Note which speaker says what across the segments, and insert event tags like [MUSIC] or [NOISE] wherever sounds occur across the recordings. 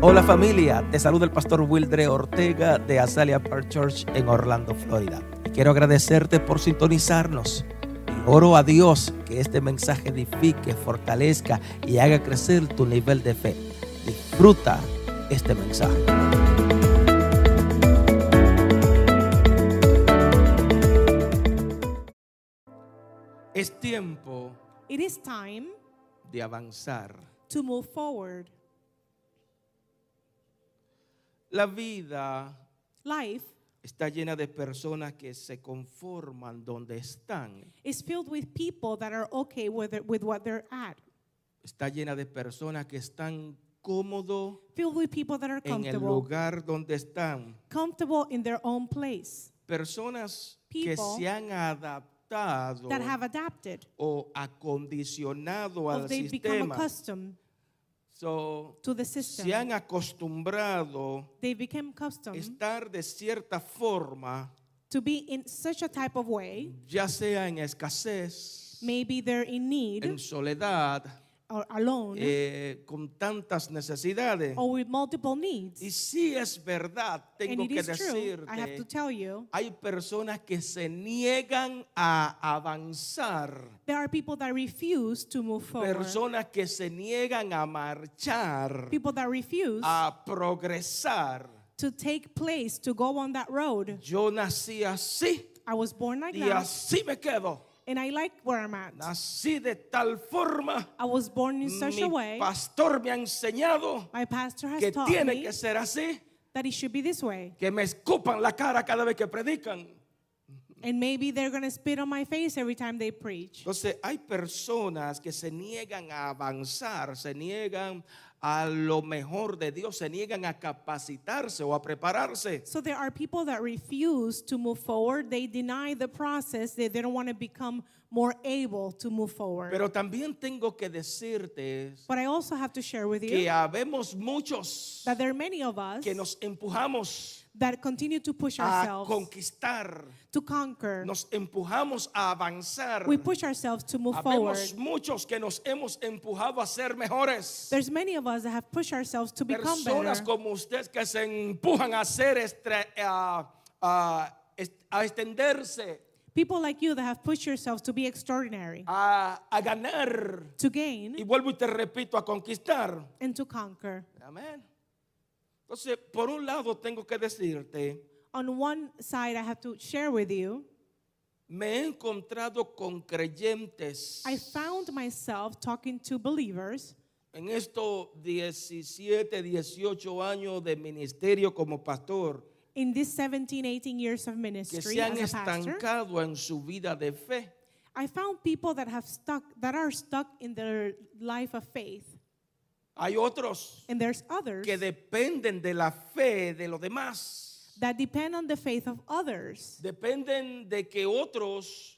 Speaker 1: Hola familia, te saluda el pastor Wildre Ortega de Azalea Park Church en Orlando, Florida. Y quiero agradecerte por sintonizarnos. Y oro a Dios que este mensaje edifique, fortalezca y haga crecer tu nivel de fe. Disfruta este mensaje. Es tiempo
Speaker 2: It is time
Speaker 1: de avanzar.
Speaker 2: to move forward.
Speaker 1: La vida
Speaker 2: Life
Speaker 1: está llena de personas que se conforman donde están.
Speaker 2: is filled with people that are okay with, it- with what they're at,
Speaker 1: Está llena de personas que están cómodos
Speaker 2: filled with people that are
Speaker 1: en el
Speaker 2: comfortable,
Speaker 1: lugar donde están.
Speaker 2: comfortable in their own place,
Speaker 1: Personas que
Speaker 2: People
Speaker 1: se han adaptado
Speaker 2: that have adapted,
Speaker 1: o acondicionado
Speaker 2: or
Speaker 1: al
Speaker 2: they've become
Speaker 1: sistema.
Speaker 2: accustomed
Speaker 1: So,
Speaker 2: to the
Speaker 1: se han
Speaker 2: system.
Speaker 1: acostumbrado
Speaker 2: They became accustomed
Speaker 1: estar de cierta forma,
Speaker 2: to be in such a type of way.
Speaker 1: ya sea en escasez,
Speaker 2: Maybe they're in
Speaker 1: en
Speaker 2: need
Speaker 1: soledad,
Speaker 2: or alone
Speaker 1: eh, con tantas necesidades.
Speaker 2: or with multiple
Speaker 1: Y
Speaker 2: needs.
Speaker 1: sí es verdad,
Speaker 2: And
Speaker 1: tengo
Speaker 2: it
Speaker 1: que
Speaker 2: is true, I have to
Speaker 1: decirte,
Speaker 2: tell you,
Speaker 1: hay personas que se niegan a avanzar,
Speaker 2: there are people that refuse to move forward,
Speaker 1: personas que se niegan a marchar,
Speaker 2: people that refuse.
Speaker 1: a progresar.
Speaker 2: to take place to go on that road.
Speaker 1: Yo nací así
Speaker 2: I was born like
Speaker 1: y
Speaker 2: that,
Speaker 1: así me quedo.
Speaker 2: and I like where I'm at.
Speaker 1: Nací de tal forma,
Speaker 2: I was born in such a
Speaker 1: mi
Speaker 2: way.
Speaker 1: pastor me ha enseñado
Speaker 2: My pastor has
Speaker 1: que
Speaker 2: taught
Speaker 1: tiene
Speaker 2: me
Speaker 1: que ser así,
Speaker 2: that it should be this way,
Speaker 1: que me escupan la cara cada vez que predican.
Speaker 2: and maybe they're gonna spit on my face every time they preach.
Speaker 1: Entonces hay personas que se niegan a avanzar, se niegan a lo mejor de Dios, se niegan a capacitarse o a prepararse.
Speaker 2: So there are people that refuse to move forward. They deny the process. They, they don't want to become more able to move forward.
Speaker 1: Pero también tengo que decirte
Speaker 2: but I also have to share with you
Speaker 1: que habemos muchos
Speaker 2: that there are many of us
Speaker 1: que nos empujamos
Speaker 2: that continue to push
Speaker 1: a
Speaker 2: ourselves
Speaker 1: conquistar,
Speaker 2: to conquer.
Speaker 1: nos empujamos a avanzar.
Speaker 2: we push ourselves to move forward.
Speaker 1: Habemos muchos que nos hemos empujado a ser mejores.
Speaker 2: There's many of us that have pushed ourselves to become
Speaker 1: personas
Speaker 2: better.
Speaker 1: como usted que se empujan a hacer estre- a, a- est- a extenderse,
Speaker 2: People like you that have pushed yourselves to be extraordinary,
Speaker 1: a, a ganar
Speaker 2: to
Speaker 1: y
Speaker 2: gain
Speaker 1: vuelvo y te repito a conquistar.
Speaker 2: and to conquer.
Speaker 1: Amén. Entonces, por un lado tengo que decirte,
Speaker 2: On one side, I have to share with you,
Speaker 1: me he encontrado con creyentes
Speaker 2: I found myself talking to believers
Speaker 1: en estos 17, 18 años de ministerio como pastor
Speaker 2: in these 17, 18 years of
Speaker 1: que
Speaker 2: ministry
Speaker 1: se han
Speaker 2: as a pastor.
Speaker 1: estancado en su vida de fe.
Speaker 2: I found people that have stuck, that are stuck in their life of faith,
Speaker 1: Hay otros
Speaker 2: and there's others
Speaker 1: que dependen de la fe de los demás.
Speaker 2: that depend on the faith of others.
Speaker 1: Dependen de que otros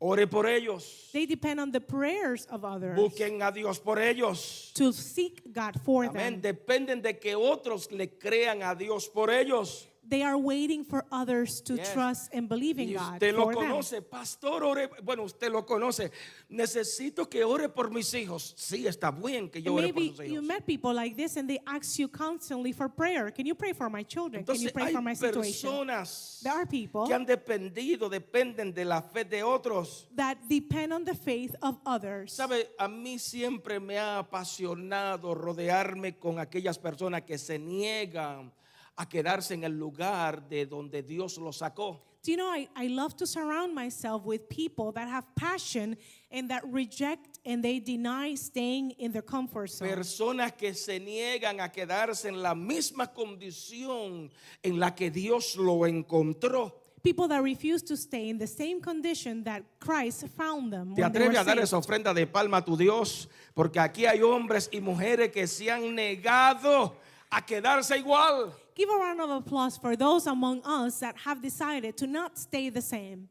Speaker 1: ore por ellos,
Speaker 2: They depend on the prayers of others
Speaker 1: busquen a Dios por ellos.
Speaker 2: to seek God for them.
Speaker 1: Amén. Dependen de que otros le crean a Dios por ellos.
Speaker 2: They are waiting for others to
Speaker 1: Yes.
Speaker 2: trust and believe in
Speaker 1: Y
Speaker 2: God.
Speaker 1: usted lo
Speaker 2: for them.
Speaker 1: conoce, pastor, ore. Bueno, usted lo conoce. Necesito que ore por mis hijos. Sí, está bien que yo
Speaker 2: And
Speaker 1: ore por
Speaker 2: maybe
Speaker 1: sus
Speaker 2: you
Speaker 1: hijos.
Speaker 2: met people like this and they ask you constantly for prayer. Can you pray for my children? Can you
Speaker 1: Entonces
Speaker 2: pray
Speaker 1: hay
Speaker 2: for my situation?
Speaker 1: personas
Speaker 2: There are people
Speaker 1: que han dependido, dependen de la fe de otros.
Speaker 2: that depend on the faith of others.
Speaker 1: Sabe, a mí siempre me ha apasionado rodearme con aquellas personas que se niegan a quedarse en el lugar de donde Dios los sacó.
Speaker 2: Do you know, I, I love to surround myself with people that have passion and that reject and they deny staying in their comfort zone.
Speaker 1: Personas que se niegan a quedarse en la misma condición en la que Dios lo encontró.
Speaker 2: People that refuse to stay in the same condition that Christ found them.
Speaker 1: ¿Te
Speaker 2: when they
Speaker 1: atreves
Speaker 2: were
Speaker 1: a dar
Speaker 2: saved.
Speaker 1: esa ofrenda de palma a tu Dios? Porque aquí hay hombres y mujeres que se han negado a quedarse igual.
Speaker 2: Give a round of applause for those among us that have decided to not stay the same.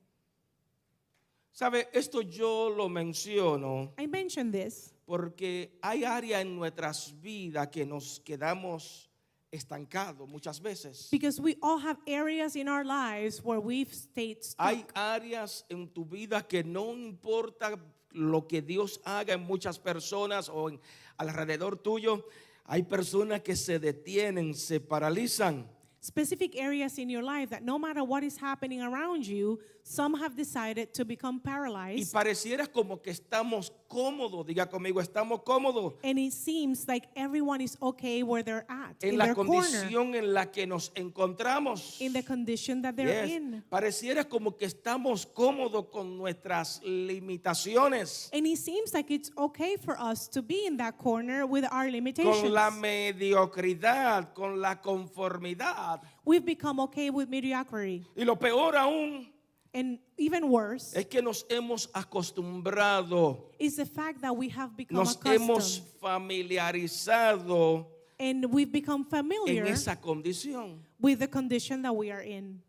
Speaker 1: ¿Sabe? Esto yo lo menciono.
Speaker 2: I mentioned this
Speaker 1: Porque hay áreas en nuestras vidas que nos quedamos estancados muchas veces.
Speaker 2: because we all have areas in our lives where we've stayed stuck.
Speaker 1: Hay áreas en tu vida que no importa lo que Dios haga en muchas personas o en- alrededor tuyo. Hay personas que se detienen, se paralizan.
Speaker 2: Specific areas in your life that no matter what is happening around you, some have decided to become
Speaker 1: Y
Speaker 2: paralyzed.
Speaker 1: pareciera como que estamos cómodos, diga conmigo, estamos cómodos
Speaker 2: And it seems like everyone is okay where they're at, in
Speaker 1: en la
Speaker 2: their corner,
Speaker 1: condición en la que nos encontramos.
Speaker 2: in the condition that they're
Speaker 1: Yes.
Speaker 2: in.
Speaker 1: Pareciera como que estamos cómodos con nuestras limitaciones,
Speaker 2: And it seems like it's okay for us to be in that corner with our
Speaker 1: con
Speaker 2: limitations.
Speaker 1: la mediocridad, con la conformidad.
Speaker 2: We've become okay with mediocrity.
Speaker 1: Y lo peor aún
Speaker 2: And even worse
Speaker 1: es que nos hemos acostumbrado,
Speaker 2: is the fact that we have become
Speaker 1: nos
Speaker 2: accustomed
Speaker 1: hemos familiarizado
Speaker 2: and we've become
Speaker 1: en
Speaker 2: familiar
Speaker 1: esa condición.
Speaker 2: with the condition that we are in.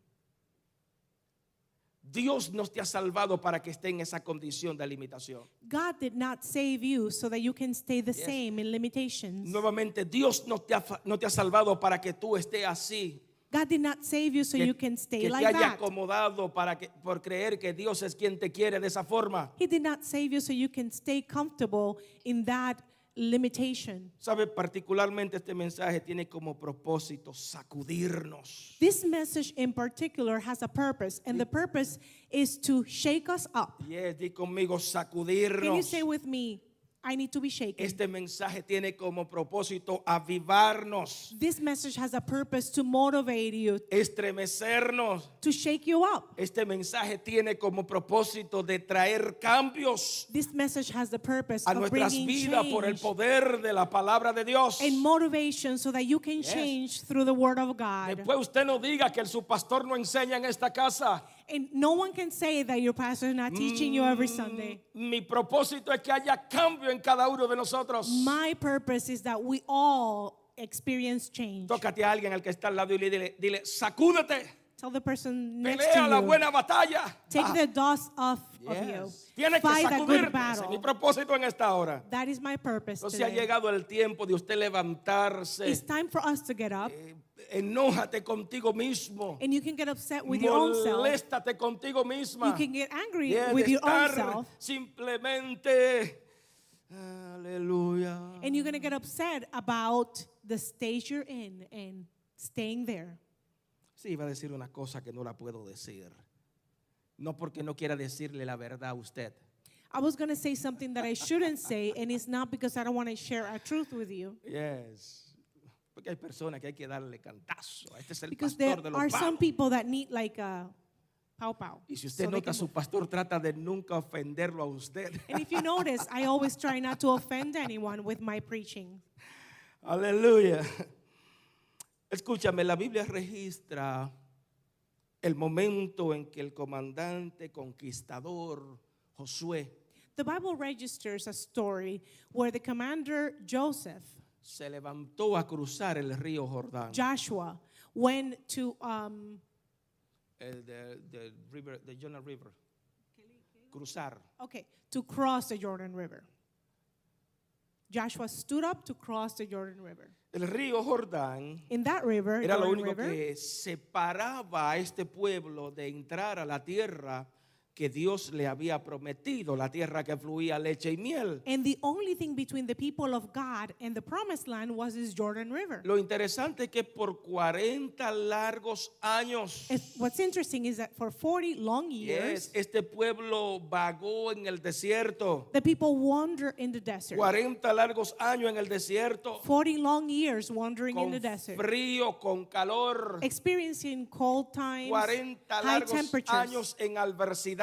Speaker 1: Dios nos te ha salvado para que esté en esa condición de limitación.
Speaker 2: God did not save you so that you can stay the same in limitations.
Speaker 1: Nuevamente, Dios no te ha, fa- no te ha salvado para que tú estés así.
Speaker 2: God did not save you so
Speaker 1: que,
Speaker 2: you can stay
Speaker 1: que te
Speaker 2: like
Speaker 1: haya
Speaker 2: that.
Speaker 1: acomodado para que, por creer que Dios es quien te quiere de esa forma.
Speaker 2: He did not save you so you can stay comfortable in that limitation.
Speaker 1: Sabe, particularmente este mensaje tiene como propósito sacudirnos,
Speaker 2: This message in particular has a purpose, and the purpose is to shake us up.
Speaker 1: y es, di conmigo,
Speaker 2: Can you
Speaker 1: sacudirnos.
Speaker 2: say with me, I need to be shaken?
Speaker 1: Este mensaje tiene como propósito avivarnos,
Speaker 2: This message has a purpose to motivate you,
Speaker 1: estremecernos.
Speaker 2: to shake you up.
Speaker 1: Este mensaje tiene como propósito de traer cambios
Speaker 2: This message has the purpose
Speaker 1: a
Speaker 2: of
Speaker 1: nuestras
Speaker 2: bringing
Speaker 1: vidas por el
Speaker 2: change
Speaker 1: poder de la palabra de Dios.
Speaker 2: and motivation so that you can
Speaker 1: Yes.
Speaker 2: change through the word of God.
Speaker 1: Después usted no diga que el su pastor no enseña en esta casa.
Speaker 2: and no one can say that your pastor is not teaching you
Speaker 1: Mm.
Speaker 2: every Sunday.
Speaker 1: Mi propósito es que haya cambio en cada uno de nosotros.
Speaker 2: My purpose is that we all experience change.
Speaker 1: Tócate a alguien al que está al lado y le dile, dile, sacúdete,
Speaker 2: Tell the person next to
Speaker 1: pelea la
Speaker 2: you.
Speaker 1: buena batalla.
Speaker 2: Take
Speaker 1: Ah,
Speaker 2: the dust off of you.
Speaker 1: yes. Tienes que
Speaker 2: Fight a
Speaker 1: sacudirte.
Speaker 2: good
Speaker 1: Ese es mi
Speaker 2: battle.
Speaker 1: propósito en esta hora.
Speaker 2: That is my purpose.
Speaker 1: Entonces ha
Speaker 2: today.
Speaker 1: llegado el tiempo de usted
Speaker 2: It's
Speaker 1: levantarse.
Speaker 2: time for us to get up,
Speaker 1: Eh, Enójate contigo mismo.
Speaker 2: and you can get upset with your own self.
Speaker 1: Moléstate contigo
Speaker 2: You
Speaker 1: misma.
Speaker 2: can get angry
Speaker 1: Y es
Speaker 2: with
Speaker 1: de
Speaker 2: your own
Speaker 1: estar
Speaker 2: self,
Speaker 1: simplemente. Aleluya.
Speaker 2: and you're gonna get upset about the stage you're in and staying there.
Speaker 1: Sí, iba a decir una cosa que no la puedo decir. No porque no quiera decirle la verdad a usted.
Speaker 2: I was gonna say something that I shouldn't say, and it's not because I don't want to share our truth with you.
Speaker 1: Yes. Porque hay personas que hay que darle cantazo. Este es el
Speaker 2: Because there
Speaker 1: pastor de
Speaker 2: are
Speaker 1: los
Speaker 2: some
Speaker 1: pavos.
Speaker 2: people that need like a pow pow.
Speaker 1: Y si usted
Speaker 2: So they
Speaker 1: nota,
Speaker 2: can-
Speaker 1: su pastor trata de nunca ofenderlo a usted.
Speaker 2: [LAUGHS] and if you notice, I always try not to offend anyone with my preaching.
Speaker 1: [LAUGHS] Aleluya. Escúchame, la Biblia registra el momento en que el comandante conquistador Josué
Speaker 2: The Bible registers a story where the commander Joseph,
Speaker 1: se levantó a cruzar el río Jordán.
Speaker 2: Joshua, went to um,
Speaker 1: el de, de river, de Jordan River. Cruzar.
Speaker 2: okay to cross the Jordan River. Joshua stood up to cross the Jordan River.
Speaker 1: El río Jordán
Speaker 2: In that river,
Speaker 1: era lo
Speaker 2: Jordan
Speaker 1: único
Speaker 2: River,
Speaker 1: que separaba a este pueblo de entrar a la tierra que Dios le había prometido, la tierra que fluía leche y miel.
Speaker 2: and the only thing between the people of God and the promised land was this Jordan River.
Speaker 1: Lo interesante es que por 40 largos años
Speaker 2: It- what's interesting is that for 40 long
Speaker 1: yes,
Speaker 2: years,
Speaker 1: este pueblo vagó en el desierto.
Speaker 2: the people wander in the desert.
Speaker 1: 40 largos años en el desierto.
Speaker 2: 40 long years wandering in
Speaker 1: Con
Speaker 2: the desert,
Speaker 1: frío, con calor.
Speaker 2: experiencing cold times,
Speaker 1: 40
Speaker 2: high
Speaker 1: largos
Speaker 2: temperatures,
Speaker 1: años en adversidades,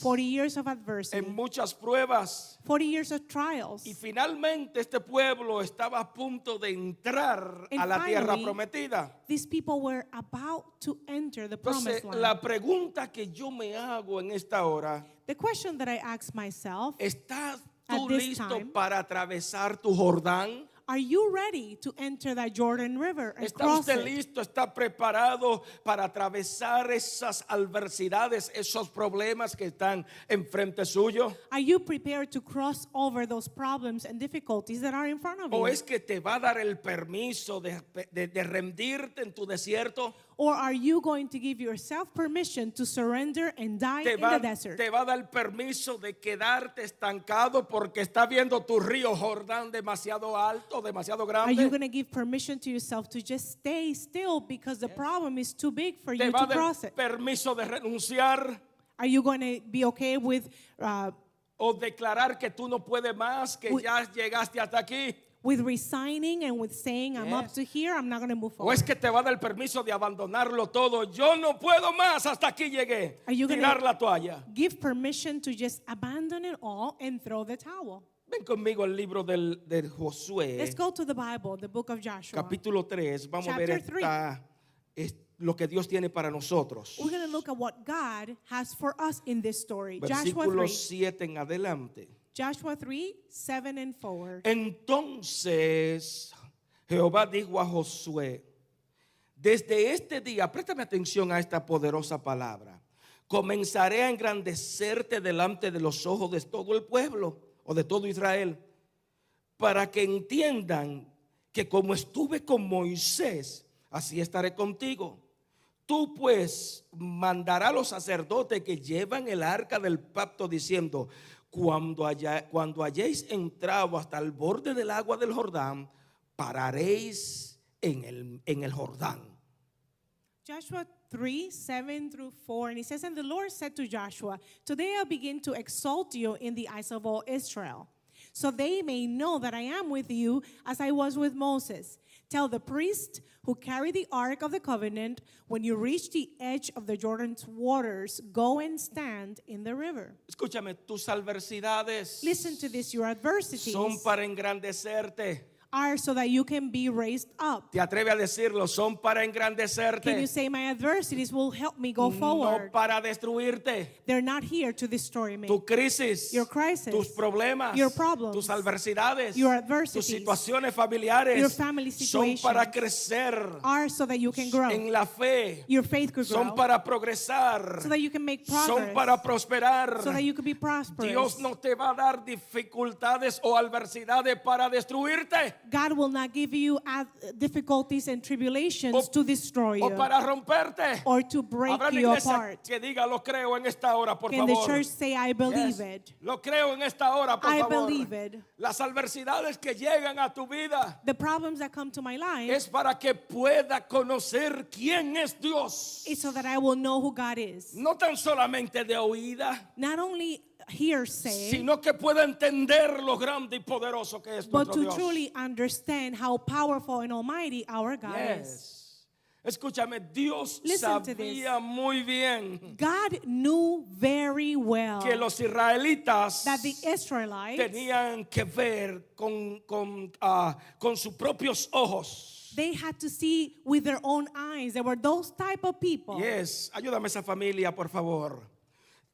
Speaker 2: 40 years of
Speaker 1: en
Speaker 2: adversity,
Speaker 1: muchas pruebas.
Speaker 2: 40 years of trials.
Speaker 1: Y finalmente este pueblo estaba a punto de entrar
Speaker 2: And
Speaker 1: a la tierra
Speaker 2: finally,
Speaker 1: prometida.
Speaker 2: These people were about to enter the
Speaker 1: Entonces,
Speaker 2: promised land.
Speaker 1: la pregunta que yo me hago en esta hora,
Speaker 2: the question that I asked myself,
Speaker 1: ¿estás
Speaker 2: At
Speaker 1: tú
Speaker 2: this
Speaker 1: listo
Speaker 2: time,
Speaker 1: para atravesar tu Jordán?
Speaker 2: are you ready to enter that Jordan River and
Speaker 1: ¿Está
Speaker 2: cross
Speaker 1: usted
Speaker 2: it?
Speaker 1: listo? ¿Está preparado para atravesar esas adversidades, esos problemas que están enfrente suyo?
Speaker 2: Are you prepared to cross over those problems and difficulties that are in front of
Speaker 1: ¿O
Speaker 2: you?
Speaker 1: es que te va a dar el permiso de, de- de rendirte en tu desierto?
Speaker 2: Or are you going to give yourself permission to surrender and die
Speaker 1: Te
Speaker 2: in
Speaker 1: va,
Speaker 2: the desert?
Speaker 1: te va a dar permiso de quedarte estancado porque está viendo tu río Jordán demasiado alto. quieto, demasiado
Speaker 2: Are
Speaker 1: grande,
Speaker 2: you going to give permission to yourself to just stay still because the problem is too big for
Speaker 1: te
Speaker 2: you
Speaker 1: va
Speaker 2: to
Speaker 1: a
Speaker 2: cross
Speaker 1: dar
Speaker 2: it?
Speaker 1: permiso de renunciar
Speaker 2: Are you going to be okay with uh,
Speaker 1: o declarar que tú no puedes más, que
Speaker 2: Uy.
Speaker 1: ya llegaste hasta aquí.
Speaker 2: with resigning and with saying I'm
Speaker 1: Yes.
Speaker 2: up to here, I'm not going to move
Speaker 1: O
Speaker 2: forward?
Speaker 1: es que te va a dar el permiso de abandonarlo todo. Yo no puedo más, hasta aquí llegué.
Speaker 2: Are you gonna-
Speaker 1: Tirar la toalla.
Speaker 2: Give permission to just abandon it all and throw the towel.
Speaker 1: Ven conmigo al libro del, de
Speaker 2: Let's
Speaker 1: Josué,
Speaker 2: go to the Bible, the book of Joshua.
Speaker 1: Eh. capítulo 3. Vamos a ver
Speaker 2: Chapter three.
Speaker 1: esta- es lo que Dios tiene para nosotros.
Speaker 2: We're going to look at what God has for us in this story. Joshua 3,
Speaker 1: Versículo 7 en adelante.
Speaker 2: Joshua 3, 7 and forward.
Speaker 1: Entonces Jehová dijo a Josué, desde este día, préstame atención a esta poderosa palabra, comenzaré a engrandecerte delante de los ojos de todo el pueblo o de todo Israel, para que entiendan que como estuve con Moisés, así estaré contigo. Tú pues mandarás a los sacerdotes que llevan el arca del pacto diciendo, cuando, haya- cuando hayáis entrado hasta el borde del agua del Jordán, pararéis en el, en el Jordán.
Speaker 2: Joshua 3, 7 through 4. And he says, And the Lord said to Joshua, Today I begin to exalt you in the eyes of all Israel, so they may know that I am with you as I was with Moses. Tell the priest who carry the ark of the covenant, when you reach the edge of the Jordan's waters, go and stand in the river.
Speaker 1: Escúchame, tus adversidades
Speaker 2: Listen to this your adversities
Speaker 1: son para engrandecerte.
Speaker 2: are so that you can be raised up.
Speaker 1: Te atreves a decirlo, son para
Speaker 2: Can
Speaker 1: engrandecerte,
Speaker 2: you say, My adversities will help me go
Speaker 1: no
Speaker 2: forward?
Speaker 1: para destruirte.
Speaker 2: They're not here to destroy me.
Speaker 1: Tu crisis,
Speaker 2: Your crisis,
Speaker 1: tus problemas,
Speaker 2: your problems,
Speaker 1: tus adversidades,
Speaker 2: your
Speaker 1: tus
Speaker 2: adversities,
Speaker 1: situaciones familiares
Speaker 2: your family
Speaker 1: son para
Speaker 2: situations
Speaker 1: crecer
Speaker 2: are so that you can grow.
Speaker 1: en la fe,
Speaker 2: Your faith could grow.
Speaker 1: son para progresar,
Speaker 2: so that you can make progress.
Speaker 1: son para prosperar.
Speaker 2: so that you can be prosperous.
Speaker 1: Dios no te va a dar dificultades o adversidades para destruirte
Speaker 2: God will not give you ad- difficulties and tribulations
Speaker 1: O-
Speaker 2: to destroy you
Speaker 1: o para romperte.
Speaker 2: or to break
Speaker 1: Habrá una
Speaker 2: you
Speaker 1: iglesia
Speaker 2: apart.
Speaker 1: que diga lo creo en esta hora, por
Speaker 2: Can the
Speaker 1: favor.
Speaker 2: church say, I believe
Speaker 1: Yes.
Speaker 2: it?
Speaker 1: Lo creo en esta hora, por
Speaker 2: I
Speaker 1: favor.
Speaker 2: believe it.
Speaker 1: Las adversidades que llegan a tu vida
Speaker 2: The problems that come to my life
Speaker 1: es para que pueda conocer quién es Dios.
Speaker 2: is so that I will know who God is.
Speaker 1: No tan solamente de oída,
Speaker 2: Not only hearsay,
Speaker 1: sino que pueda entender lo grande y poderoso que es
Speaker 2: but
Speaker 1: nuestro
Speaker 2: to
Speaker 1: Dios.
Speaker 2: truly understand how powerful and almighty our God is.
Speaker 1: Yes. Escúchame, Dios
Speaker 2: Listen to
Speaker 1: sabía muy bien
Speaker 2: God knew very well
Speaker 1: que los israelitas
Speaker 2: Oh. that the Israelites
Speaker 1: tenían que ver con, con, ah, con sus propios ojos.
Speaker 2: they had to see with their own eyes. They were those type of people.
Speaker 1: Yes, ayúdame esa familia, por favor.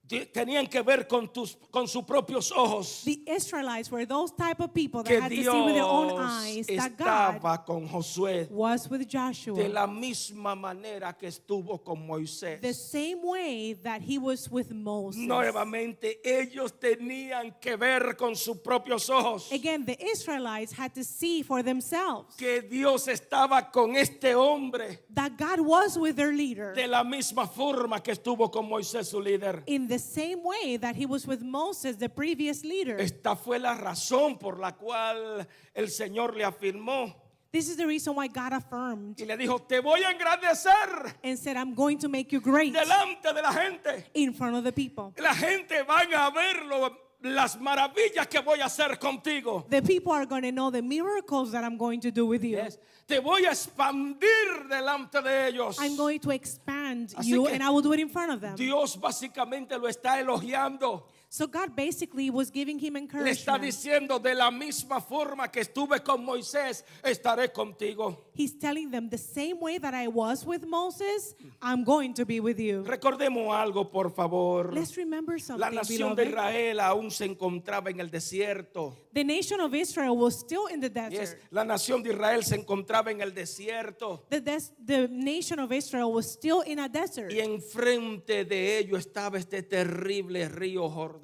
Speaker 1: Te- Tenían que ver con, tus, con sus propios ojos
Speaker 2: The Israelites were those type of people that
Speaker 1: que
Speaker 2: had to see with their own eyes
Speaker 1: Dios
Speaker 2: that God
Speaker 1: estaba con Josué
Speaker 2: was with Joshua.
Speaker 1: de la misma manera que estuvo con
Speaker 2: the
Speaker 1: Moisés.
Speaker 2: same way that he was with Moses.
Speaker 1: Nuevamente, ellos tenían que ver con sus propios ojos
Speaker 2: Again, the Israelites had to see for themselves
Speaker 1: que Dios estaba con este hombre
Speaker 2: that God was with their leader
Speaker 1: de la misma forma que estuvo con Moisés, su líder.
Speaker 2: in the same way that he was with Moses, the previous leader.
Speaker 1: Esta fue la razón por la cual el Señor le afirmó
Speaker 2: This is the reason why God affirmed
Speaker 1: y le dijo, te voy a engrandecer
Speaker 2: and said, I'm going to make you great
Speaker 1: delante de la gente.
Speaker 2: in front of the people.
Speaker 1: La gente van a ver lo- las maravillas que voy a hacer contigo.
Speaker 2: The people are going to know the miracles that I'm going to do with you.
Speaker 1: Yes. Te voy a expandir delante de ellos.
Speaker 2: I'm going to expand
Speaker 1: Así
Speaker 2: you
Speaker 1: que
Speaker 2: and I will do it in front of them.
Speaker 1: Dios básicamente lo está elogiando.
Speaker 2: so God basically was giving him
Speaker 1: Le está
Speaker 2: encouragement.
Speaker 1: diciendo, de la misma forma que estuve con Moisés, estaré contigo.
Speaker 2: He's telling them the same way that I was with Moses, I'm going to be with you.
Speaker 1: Recordemos algo, por favor.
Speaker 2: Let's remember
Speaker 1: La
Speaker 2: something,
Speaker 1: nación de
Speaker 2: beloved.
Speaker 1: Israel aún se encontraba en el desierto.
Speaker 2: The nation of Israel was still in the desert.
Speaker 1: Yes, La nación de Israel se encontraba en el desierto.
Speaker 2: The, des- the nation of Israel was still in a desert.
Speaker 1: Y enfrente de ello estaba este terrible río Jordán.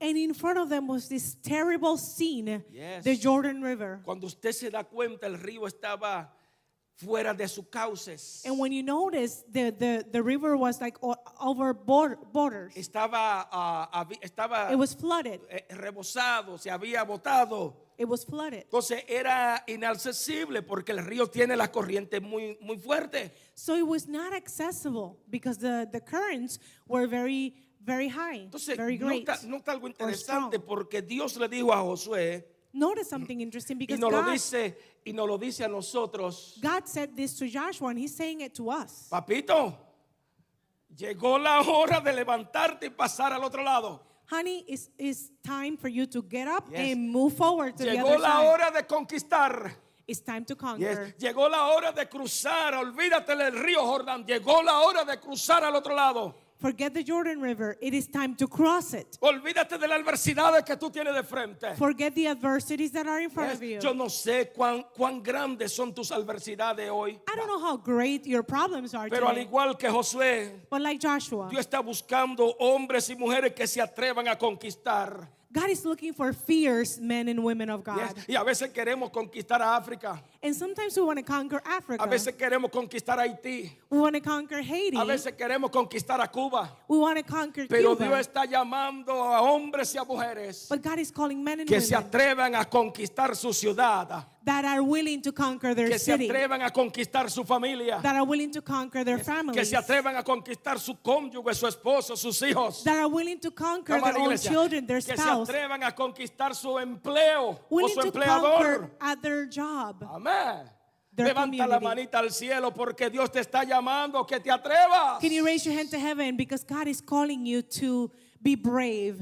Speaker 2: And in front of them was this terrible scene,
Speaker 1: Yes.
Speaker 2: the Jordan River.
Speaker 1: Cuando usted se da cuenta, el río estaba fuera de sus cauces.
Speaker 2: And when you notice, the, the, the river was like o- over bor- borders.
Speaker 1: Estaba, ah, habi- estaba
Speaker 2: It was flooded.
Speaker 1: eh, rebosado, se había botado.
Speaker 2: It was flooded.
Speaker 1: Entonces era inaccesible porque el río tiene las corrientes muy, muy fuertes.
Speaker 2: So it was not accessible because the, the currents were very, very high,
Speaker 1: Entonces,
Speaker 2: very great.
Speaker 1: nota, nota algo interesante
Speaker 2: strong.
Speaker 1: porque Dios le dijo a Josué
Speaker 2: Notice something interesting
Speaker 1: y
Speaker 2: because
Speaker 1: nos lo
Speaker 2: God,
Speaker 1: dice y nos lo dice a nosotros,
Speaker 2: God said this to Joshua and he's saying it to us.
Speaker 1: papito, llegó la hora de levantarte y pasar al otro lado.
Speaker 2: Honey, it's, it's time for you to get up
Speaker 1: Yes.
Speaker 2: and move forward to the
Speaker 1: Llegó
Speaker 2: other
Speaker 1: la
Speaker 2: side.
Speaker 1: hora de conquistar.
Speaker 2: It's time to
Speaker 1: Yes,
Speaker 2: conquer.
Speaker 1: Llegó la hora de cruzar. Olvídate del río Jordán. Llegó la hora de cruzar al otro lado.
Speaker 2: Forget the Jordan River. It is time to cross it.
Speaker 1: Olvídate de las adversidades que tú tienes de frente.
Speaker 2: Forget the adversities that are in front
Speaker 1: Yes,
Speaker 2: of you.
Speaker 1: Yo no sé cuán, cuán grandes son tus adversidades hoy.
Speaker 2: I don't know how great your problems are
Speaker 1: Pero al
Speaker 2: today,
Speaker 1: igual que Josué,
Speaker 2: but like Joshua,
Speaker 1: Dios está buscando hombres y mujeres que se atrevan a conquistar.
Speaker 2: God is looking for fierce men and women of God.
Speaker 1: Yes, Y a veces queremos conquistar a África.
Speaker 2: And sometimes we want to conquer Africa.
Speaker 1: A veces queremos conquistar a Haití.
Speaker 2: we want to conquer Haiti.
Speaker 1: A veces queremos conquistar a Cuba.
Speaker 2: we want to conquer
Speaker 1: Pero
Speaker 2: Cuba. Pues,
Speaker 1: Dios está llamando a hombres y a mujeres
Speaker 2: but God is calling men and
Speaker 1: que
Speaker 2: women
Speaker 1: se atrevan a conquistar su ciudad,
Speaker 2: that are willing to conquer their
Speaker 1: que se
Speaker 2: city,
Speaker 1: atrevan a conquistar su familia,
Speaker 2: that are willing to conquer their
Speaker 1: que
Speaker 2: families,
Speaker 1: se atrevan a conquistar su cónyuge, su esposo, sus hijos,
Speaker 2: that are willing to conquer
Speaker 1: Vamos a
Speaker 2: their
Speaker 1: la
Speaker 2: own
Speaker 1: iglesia.
Speaker 2: children, their
Speaker 1: que se
Speaker 2: spouse,
Speaker 1: atrevan a conquistar su empleo o
Speaker 2: willing
Speaker 1: su
Speaker 2: to conquer
Speaker 1: empleador.
Speaker 2: at their job.
Speaker 1: Amén.
Speaker 2: Their
Speaker 1: Levanta la
Speaker 2: community.
Speaker 1: manita al cielo porque Dios te está llamando que te atrevas.
Speaker 2: Can you raise your hand to heaven because God is calling you to be brave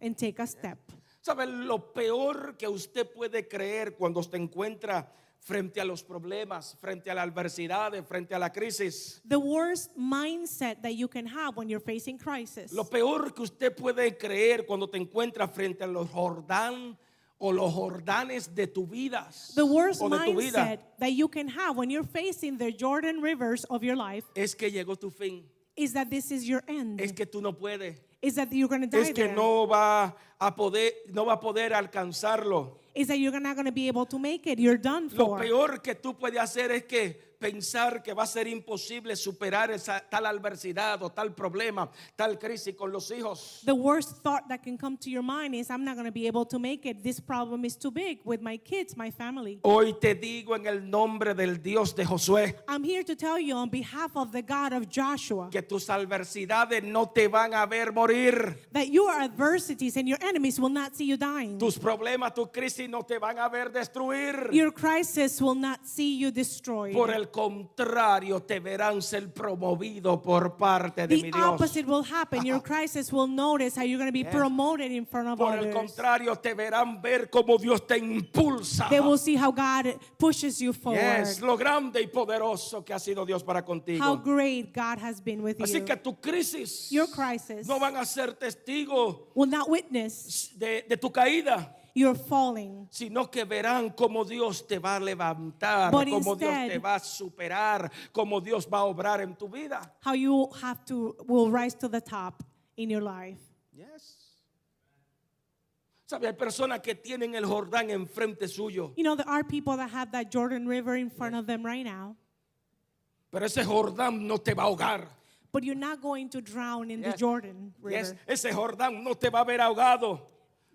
Speaker 2: and take a step.
Speaker 1: ¿Sabe lo peor que usted puede creer cuando se encuentra frente a los problemas, frente a las adversidades, frente a la crisis?
Speaker 2: The worst mindset that you can have when you're facing crisis.
Speaker 1: Lo peor que usted puede creer cuando te encuentras frente a los Jordán o los Jordanes de tu vida.
Speaker 2: The worst
Speaker 1: o de tu
Speaker 2: mindset
Speaker 1: vida
Speaker 2: that you can have when you're facing the Jordan rivers of your life
Speaker 1: es que llegó tu fin.
Speaker 2: is that this is your end.
Speaker 1: Es que tú no puedes.
Speaker 2: is that you're going to die
Speaker 1: Es que
Speaker 2: there.
Speaker 1: no va a poder, no va a poder alcanzarlo.
Speaker 2: Is that you're not going to be able to make it. You're done
Speaker 1: Lo
Speaker 2: for.
Speaker 1: peor que tú puedes hacer es que pensar que va a ser imposible superar esa tal adversidad o tal problema, tal crisis con los hijos.
Speaker 2: The worst thought that can come to your mind is I'm not going to be able to make it. This problem is too big with my kids, my family.
Speaker 1: Hoy te digo en el nombre del Dios de Josué.
Speaker 2: I'm here to tell you on behalf of the God of Joshua
Speaker 1: que tus adversidades no te van a ver morir.
Speaker 2: that your adversities and your enemies will not see you dying.
Speaker 1: Tus problemas, tus crisis no te van a ver destruir.
Speaker 2: Your crisis will not see you destroyed.
Speaker 1: Por el contrario, te verán ser promovido por parte de mi
Speaker 2: The
Speaker 1: Dios.
Speaker 2: opposite will happen. Your crisis will notice how you're going to be promoted in front of
Speaker 1: Por el
Speaker 2: others.
Speaker 1: contrario, te verán ver cómo Dios te impulsa.
Speaker 2: They will see how God pushes you forward.
Speaker 1: Es lo grande y poderoso que ha sido Dios para
Speaker 2: How
Speaker 1: contigo.
Speaker 2: great God has been with
Speaker 1: Así
Speaker 2: you.
Speaker 1: que tu crisis
Speaker 2: Your crisis
Speaker 1: no van a ser testigo
Speaker 2: will not witness
Speaker 1: de, de tu caída,
Speaker 2: your falling.
Speaker 1: sino que verán cómo Dios te va a levantar,
Speaker 2: But
Speaker 1: cómo Dios
Speaker 2: instead-
Speaker 1: te va a superar, cómo Dios va a obrar en tu vida.
Speaker 2: How you have to will rise to the top in your life.
Speaker 1: Yes. ¿Sabe? Hay personas que tienen el Jordán enfrente suyo,
Speaker 2: You know there are people that have that Jordan River in front of them right now,
Speaker 1: pero ese Jordán no te va a ahogar.
Speaker 2: but you're not going to drown in the
Speaker 1: Yes.
Speaker 2: Jordan River.
Speaker 1: Yes. Ese Jordán no te va a ver ahogado.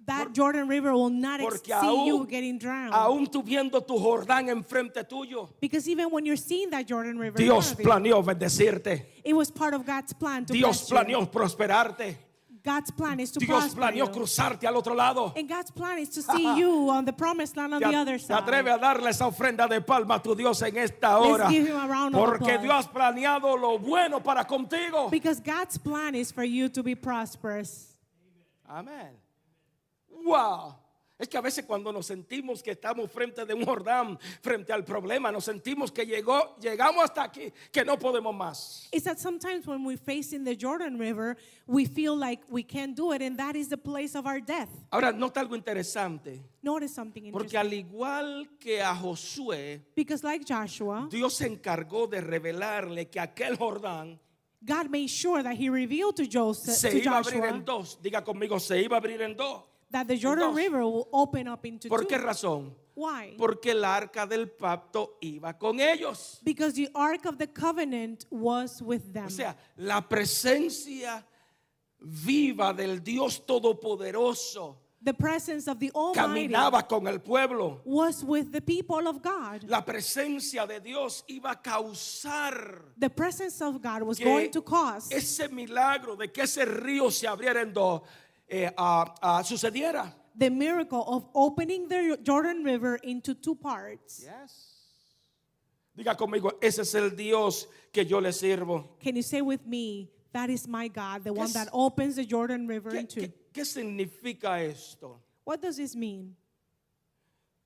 Speaker 2: That Jordan River will not ex-
Speaker 1: Porque
Speaker 2: see
Speaker 1: aún,
Speaker 2: you getting drowned.
Speaker 1: aún tú viendo tu Jordán enfrente tuyo,
Speaker 2: because even when you're seeing that Jordan River, in
Speaker 1: Dios
Speaker 2: front of you,
Speaker 1: planeó bendecirte.
Speaker 2: it was part of God's plan to
Speaker 1: Dios
Speaker 2: bless you.
Speaker 1: planeó prosperarte.
Speaker 2: God's plan is to
Speaker 1: Dios
Speaker 2: prosper
Speaker 1: planeó
Speaker 2: you.
Speaker 1: cruzarte al otro lado.
Speaker 2: And God's
Speaker 1: [LAUGHS]
Speaker 2: plan is to see you on the promised land on
Speaker 1: Te
Speaker 2: the
Speaker 1: a-
Speaker 2: other
Speaker 1: te
Speaker 2: side.
Speaker 1: atreve a darle esa ofrenda de palma a tu Dios en esta
Speaker 2: Let's
Speaker 1: hora.
Speaker 2: give him a round of
Speaker 1: Porque
Speaker 2: applause.
Speaker 1: Dios ha planeado lo bueno para contigo.
Speaker 2: Because God's plan is for you to be prosperous.
Speaker 1: Amén. Wow. Es que a veces cuando nos sentimos que estamos frente de un Jordán, frente al problema, nos sentimos que llegó, llegamos hasta aquí, que no podemos más.
Speaker 2: It's that sometimes when we're facing the Jordan River, we feel like we can't do it, and that is the place of our death.
Speaker 1: Ahora nota algo interesante,
Speaker 2: Notice something
Speaker 1: porque
Speaker 2: interesting.
Speaker 1: al igual que a Josué,
Speaker 2: Because, like Joshua,
Speaker 1: Dios se encargó de revelarle que aquel Jordán
Speaker 2: God made sure that He revealed to Joseph,
Speaker 1: se
Speaker 2: to
Speaker 1: iba a abrir
Speaker 2: Joshua,
Speaker 1: en dos. Diga conmigo, se iba a abrir en dos.
Speaker 2: that the Jordan
Speaker 1: dos.
Speaker 2: River will open up into
Speaker 1: ¿Por qué
Speaker 2: two.
Speaker 1: razón?
Speaker 2: Why?
Speaker 1: Porque el arca del pacto iba con ellos.
Speaker 2: Because the Ark of the Covenant was with them.
Speaker 1: O sea, la presencia viva del Dios Todopoderoso
Speaker 2: The presence of the Almighty
Speaker 1: caminaba con el pueblo.
Speaker 2: was with the people of God.
Speaker 1: La presencia de Dios iba a causar
Speaker 2: The presence of God was
Speaker 1: que
Speaker 2: going to cause
Speaker 1: ese milagro de que ese río se abriera en dos eh, ah, ah, sucediera.
Speaker 2: the miracle of opening the Jordan River into two parts.
Speaker 1: Diga conmigo, ese es el Dios que yo le sirvo.
Speaker 2: Can you say with me, that is my God, the one
Speaker 1: Yes.
Speaker 2: that opens the Jordan River
Speaker 1: ¿Qué,
Speaker 2: in two?
Speaker 1: qué- qué significa esto?
Speaker 2: What does this mean?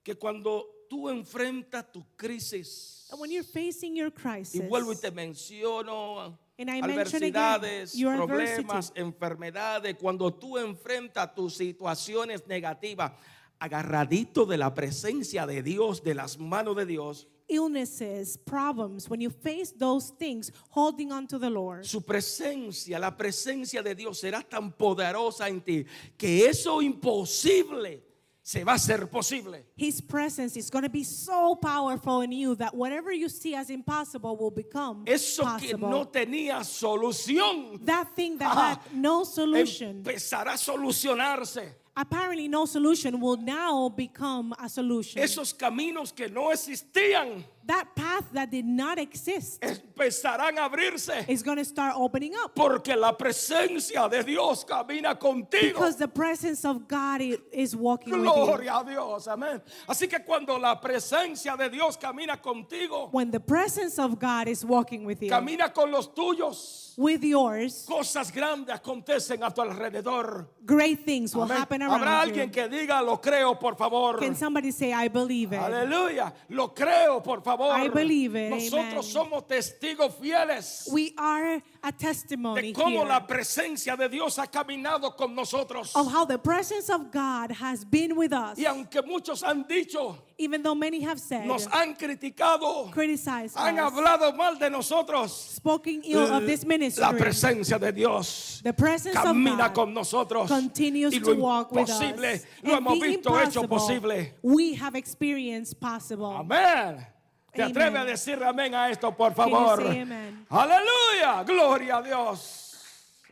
Speaker 1: Que cuando tú enfrentas tu crisis,
Speaker 2: And when you're facing your
Speaker 1: y
Speaker 2: crisis,
Speaker 1: vuelvo y te menciono
Speaker 2: And I mention
Speaker 1: adversidades,
Speaker 2: again your
Speaker 1: problemas, enfermedades, cuando tú enfrentas tus situaciones negativas, agarradito de la presencia de Dios, de las manos de Dios,
Speaker 2: illnesses, problems, when you face those things, holding on to the Lord,
Speaker 1: Su presencia, la presencia de Dios será tan poderosa en ti que eso imposible se va a hacer posible.
Speaker 2: His presence is going to be so powerful in you that whatever you see as impossible will become
Speaker 1: Eso que
Speaker 2: possible.
Speaker 1: no tenía solución
Speaker 2: that thing that
Speaker 1: Ah,
Speaker 2: had no solution,
Speaker 1: empezará a solucionarse.
Speaker 2: apparently no solution, will now become a solution.
Speaker 1: Esos caminos que no existían
Speaker 2: that path that did not exist
Speaker 1: Eh. empezarán a abrirse
Speaker 2: is going to start opening up
Speaker 1: porque la presencia de Dios camina contigo.
Speaker 2: because the presence of God i- is walking with you.
Speaker 1: Gloria a Dios, amén. Así que cuando la presencia de Dios camina contigo,
Speaker 2: When the presence of God is walking with you,
Speaker 1: camina con los tuyos.
Speaker 2: with yours,
Speaker 1: Cosas grandes acontecen a tu alrededor.
Speaker 2: great things will
Speaker 1: Amén.
Speaker 2: happen around
Speaker 1: Habrá
Speaker 2: you.
Speaker 1: alguien que diga, lo creo, por favor.
Speaker 2: Can somebody say, I believe it?
Speaker 1: Aleluya, lo creo, por favor.
Speaker 2: I believe it, amen.
Speaker 1: Nosotros somos testigos fieles
Speaker 2: We are a
Speaker 1: de
Speaker 2: testimony
Speaker 1: cómo
Speaker 2: here
Speaker 1: la presencia de Dios ha caminado con nosotros.
Speaker 2: of how the presence of God has been with us,
Speaker 1: Y aunque muchos han dicho,
Speaker 2: even though many have said,
Speaker 1: nos han criticado,
Speaker 2: criticized,
Speaker 1: han
Speaker 2: us,
Speaker 1: hablado mal de nosotros,
Speaker 2: spoken ill of this ministry.
Speaker 1: la presencia de Dios
Speaker 2: the presence
Speaker 1: camina
Speaker 2: of God
Speaker 1: con nosotros.
Speaker 2: continues
Speaker 1: Y lo
Speaker 2: to walk with us.
Speaker 1: imposible lo
Speaker 2: And the
Speaker 1: hemos visto hecho
Speaker 2: impossible,
Speaker 1: posible.
Speaker 2: We have experienced possible.
Speaker 1: Amén. ¿Te
Speaker 2: Amen.
Speaker 1: atreves a decir amén a esto, por
Speaker 2: you
Speaker 1: favor?
Speaker 2: say amen?
Speaker 1: Aleluya. Gloria a Dios.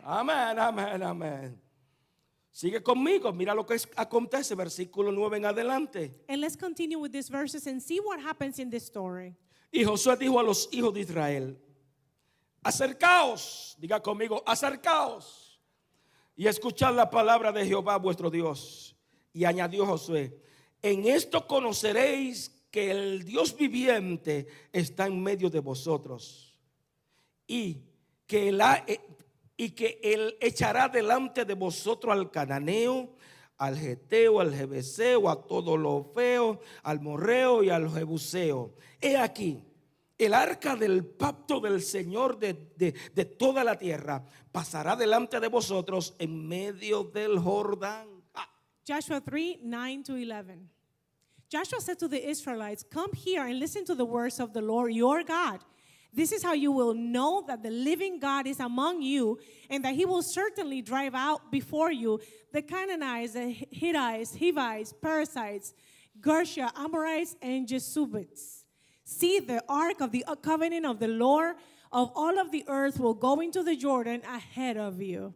Speaker 1: Amén, amén, amén. Sigue conmigo. Mira lo que es- acontece, versículo 9 en adelante.
Speaker 2: And let's continue with these verses and see what happens in this story.
Speaker 1: Y Josué dijo a los hijos de Israel, acercaos, diga conmigo, acercaos y escuchad la palabra de Jehová vuestro Dios. Y añadió Josué, en esto conoceréis que el Dios viviente está en medio de vosotros y que él, ha- eh, y que él echará delante de vosotros al cananeo, al geteo, al jebeseo, a todo lo feo, al morreo y al jebuseo. He aquí, el arca del pacto del Señor de, de- de toda la tierra pasará delante de vosotros en medio del Jordán. Ah,
Speaker 2: Joshua 3 9 to 11. Joshua said to the Israelites, Come here and listen to the words of the Lord your God. This is how you will know that the living God is among you, and that he will certainly drive out before you the Canaanites, the Hittites, Hivites, Perizzites, Gershia, Amorites, and Jesubites. See, the ark of the covenant of the Lord of all of the earth will go into the Jordan ahead of you.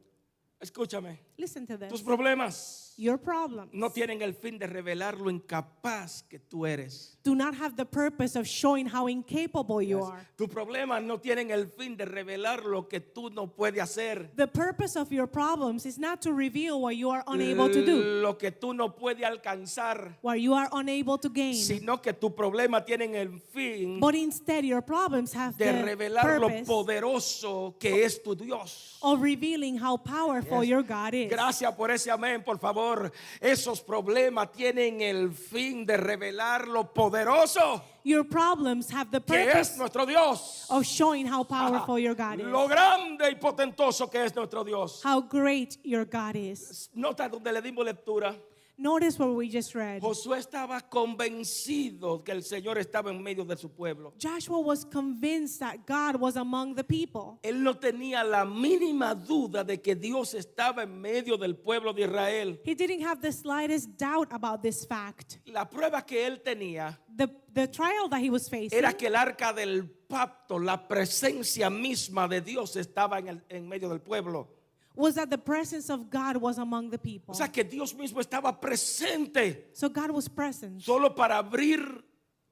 Speaker 1: escúchame,
Speaker 2: Listen to this.
Speaker 1: tus problemas
Speaker 2: Your problem.
Speaker 1: no tienen el fin de revelar lo incapaz que tú eres.
Speaker 2: do not have the purpose of showing how incapable you are.
Speaker 1: Tus problemas no tienen el fin de revelar lo que tú no puedes hacer.
Speaker 2: The purpose of your problems is not to reveal what you are unable to do,
Speaker 1: Lo que tú no puedes alcanzar.
Speaker 2: what you are unable to gain.
Speaker 1: Sino que tus problemas tienen el fin
Speaker 2: But instead, your problems have
Speaker 1: de
Speaker 2: the
Speaker 1: revelar lo
Speaker 2: purpose
Speaker 1: poderoso que es tu Dios.
Speaker 2: of revealing how powerful your God is.
Speaker 1: Gracias por ese amén, por favor. Esos problemas tienen el fin de revelar lo poderoso
Speaker 2: Your problems have the
Speaker 1: que es
Speaker 2: purpose
Speaker 1: nuestro Dios.
Speaker 2: of showing
Speaker 1: Ah,
Speaker 2: how powerful your God is,
Speaker 1: Lo grande y potentoso que es nuestro Dios.
Speaker 2: how great your God is.
Speaker 1: Nota donde le dimos lectura.
Speaker 2: Notice what we just read.
Speaker 1: Josué estaba convencido que el Señor estaba en medio de su pueblo.
Speaker 2: Joshua was convinced that God was among the people.
Speaker 1: Él no tenía la mínima duda de que Dios estaba en medio del pueblo de Israel.
Speaker 2: He didn't have the slightest doubt about this fact.
Speaker 1: La prueba que él tenía
Speaker 2: the, the trial that he was facing
Speaker 1: era que el arca del pacto, la presencia misma de Dios estaba en, el- en medio del pueblo.
Speaker 2: was that the presence of God was among the people.
Speaker 1: O sea que Dios mismo estaba presente
Speaker 2: So God was present
Speaker 1: solo para abrir,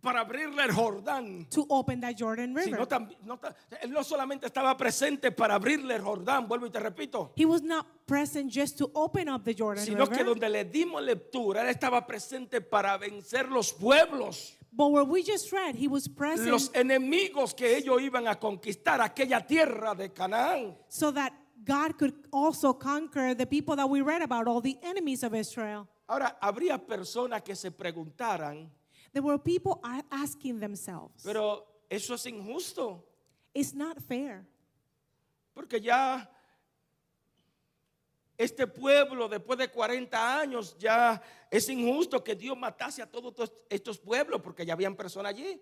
Speaker 1: para abrirle el Jordán.
Speaker 2: to open that Jordan
Speaker 1: Sí,
Speaker 2: River.
Speaker 1: no tam- no ta- él no solamente estaba presente para abrirle el Jordán, vuelvo y te repito,
Speaker 2: He was not present just to open up the Jordan
Speaker 1: sino que
Speaker 2: River,
Speaker 1: donde le dimos lectura, él estaba presente para vencer los pueblos,
Speaker 2: but where we just read, he was present
Speaker 1: los enemigos que ellos iban a conquistar, aquella tierra de Canaán.
Speaker 2: so that God could also conquer the people that we read about, all the enemies of Israel.
Speaker 1: Ahora, habría personas que se preguntaran,
Speaker 2: There were people a- asking themselves,
Speaker 1: pero eso es injusto,
Speaker 2: it's not fair
Speaker 1: porque ya este pueblo después de 40 años ya es injusto que Dios matase a todos estos- estos pueblos, porque ya habían personas allí.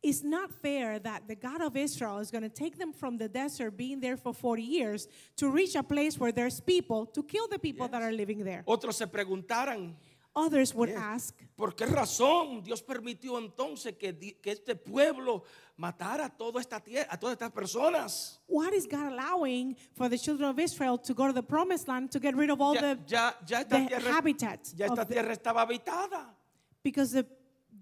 Speaker 2: It's not fair that the God of Israel is going to take them from the desert, being there for 40 years, to reach a place where there's people, to kill the people that are living there.
Speaker 1: Otros se preguntaran,
Speaker 2: Others would
Speaker 1: Yes.
Speaker 2: ask,
Speaker 1: ¿por qué razón Dios permitió entonces que, di- que este pueblo matara a, toda esta tierra, a todas estas personas?
Speaker 2: what is God allowing for the children of Israel to go to the promised land to get rid of all
Speaker 1: Ya,
Speaker 2: the,
Speaker 1: ya- ya
Speaker 2: the
Speaker 1: esta, tierra,
Speaker 2: habitats?
Speaker 1: ya
Speaker 2: of
Speaker 1: esta
Speaker 2: the-
Speaker 1: tierra estaba habitada.
Speaker 2: because the,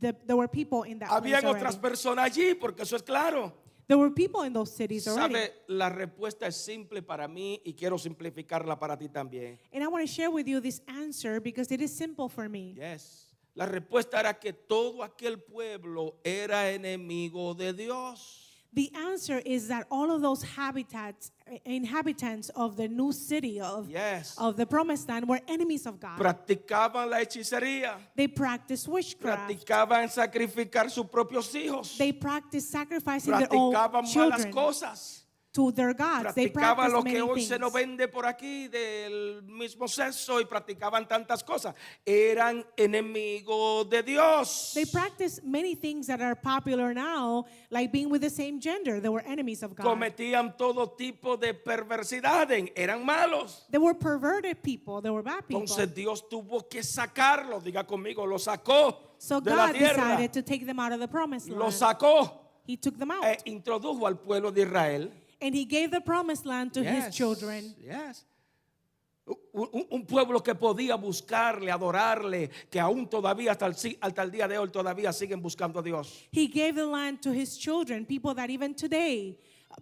Speaker 2: the, there were people in that place
Speaker 1: Habían otras
Speaker 2: already.
Speaker 1: personas allí, porque eso es claro.
Speaker 2: There were people in those cities already.
Speaker 1: Sabe, la respuesta es simple para mí y quiero simplificarla para ti también.
Speaker 2: And I want to share with you this answer because it is simple for me.
Speaker 1: Yes. La respuesta era que todo aquel pueblo era enemigo de Dios.
Speaker 2: The answer is that all of those habitats, inhabitants of the new city of,
Speaker 1: Yes.
Speaker 2: of the promised land were enemies of God.
Speaker 1: Practicaban la hechicería.
Speaker 2: they practiced witchcraft.
Speaker 1: practicaban sacrificar sus propios hijos,
Speaker 2: they practiced sacrificing their own
Speaker 1: practicaban malas
Speaker 2: oh, children
Speaker 1: cosas,
Speaker 2: to their gods. They
Speaker 1: practicaban
Speaker 2: practiced
Speaker 1: lo que
Speaker 2: many
Speaker 1: hoy
Speaker 2: things.
Speaker 1: se nos vende por aquí del mismo sexo y practicaban tantas cosas. Eran enemigos de Dios.
Speaker 2: They practiced many things that are popular now, like being with the same gender. They were enemies of God.
Speaker 1: Cometían todo tipo de perversidades, eran malos.
Speaker 2: They were perverted people. They were bad people.
Speaker 1: Entonces Dios tuvo que sacarlo, diga conmigo, lo sacó
Speaker 2: so
Speaker 1: de la
Speaker 2: God
Speaker 1: tierra,
Speaker 2: decided to take them out of the promised
Speaker 1: lo
Speaker 2: land.
Speaker 1: sacó,
Speaker 2: He took them out.
Speaker 1: e introdujo al pueblo de Israel.
Speaker 2: and he gave the promised land to
Speaker 1: Yes,
Speaker 2: his children.
Speaker 1: yes. Un, un- un pueblo que podía buscarle, adorarle, que aún todavía hasta el, si- hasta el día de hoy todavía siguen buscando a Dios.
Speaker 2: He gave the land to his children, people that even today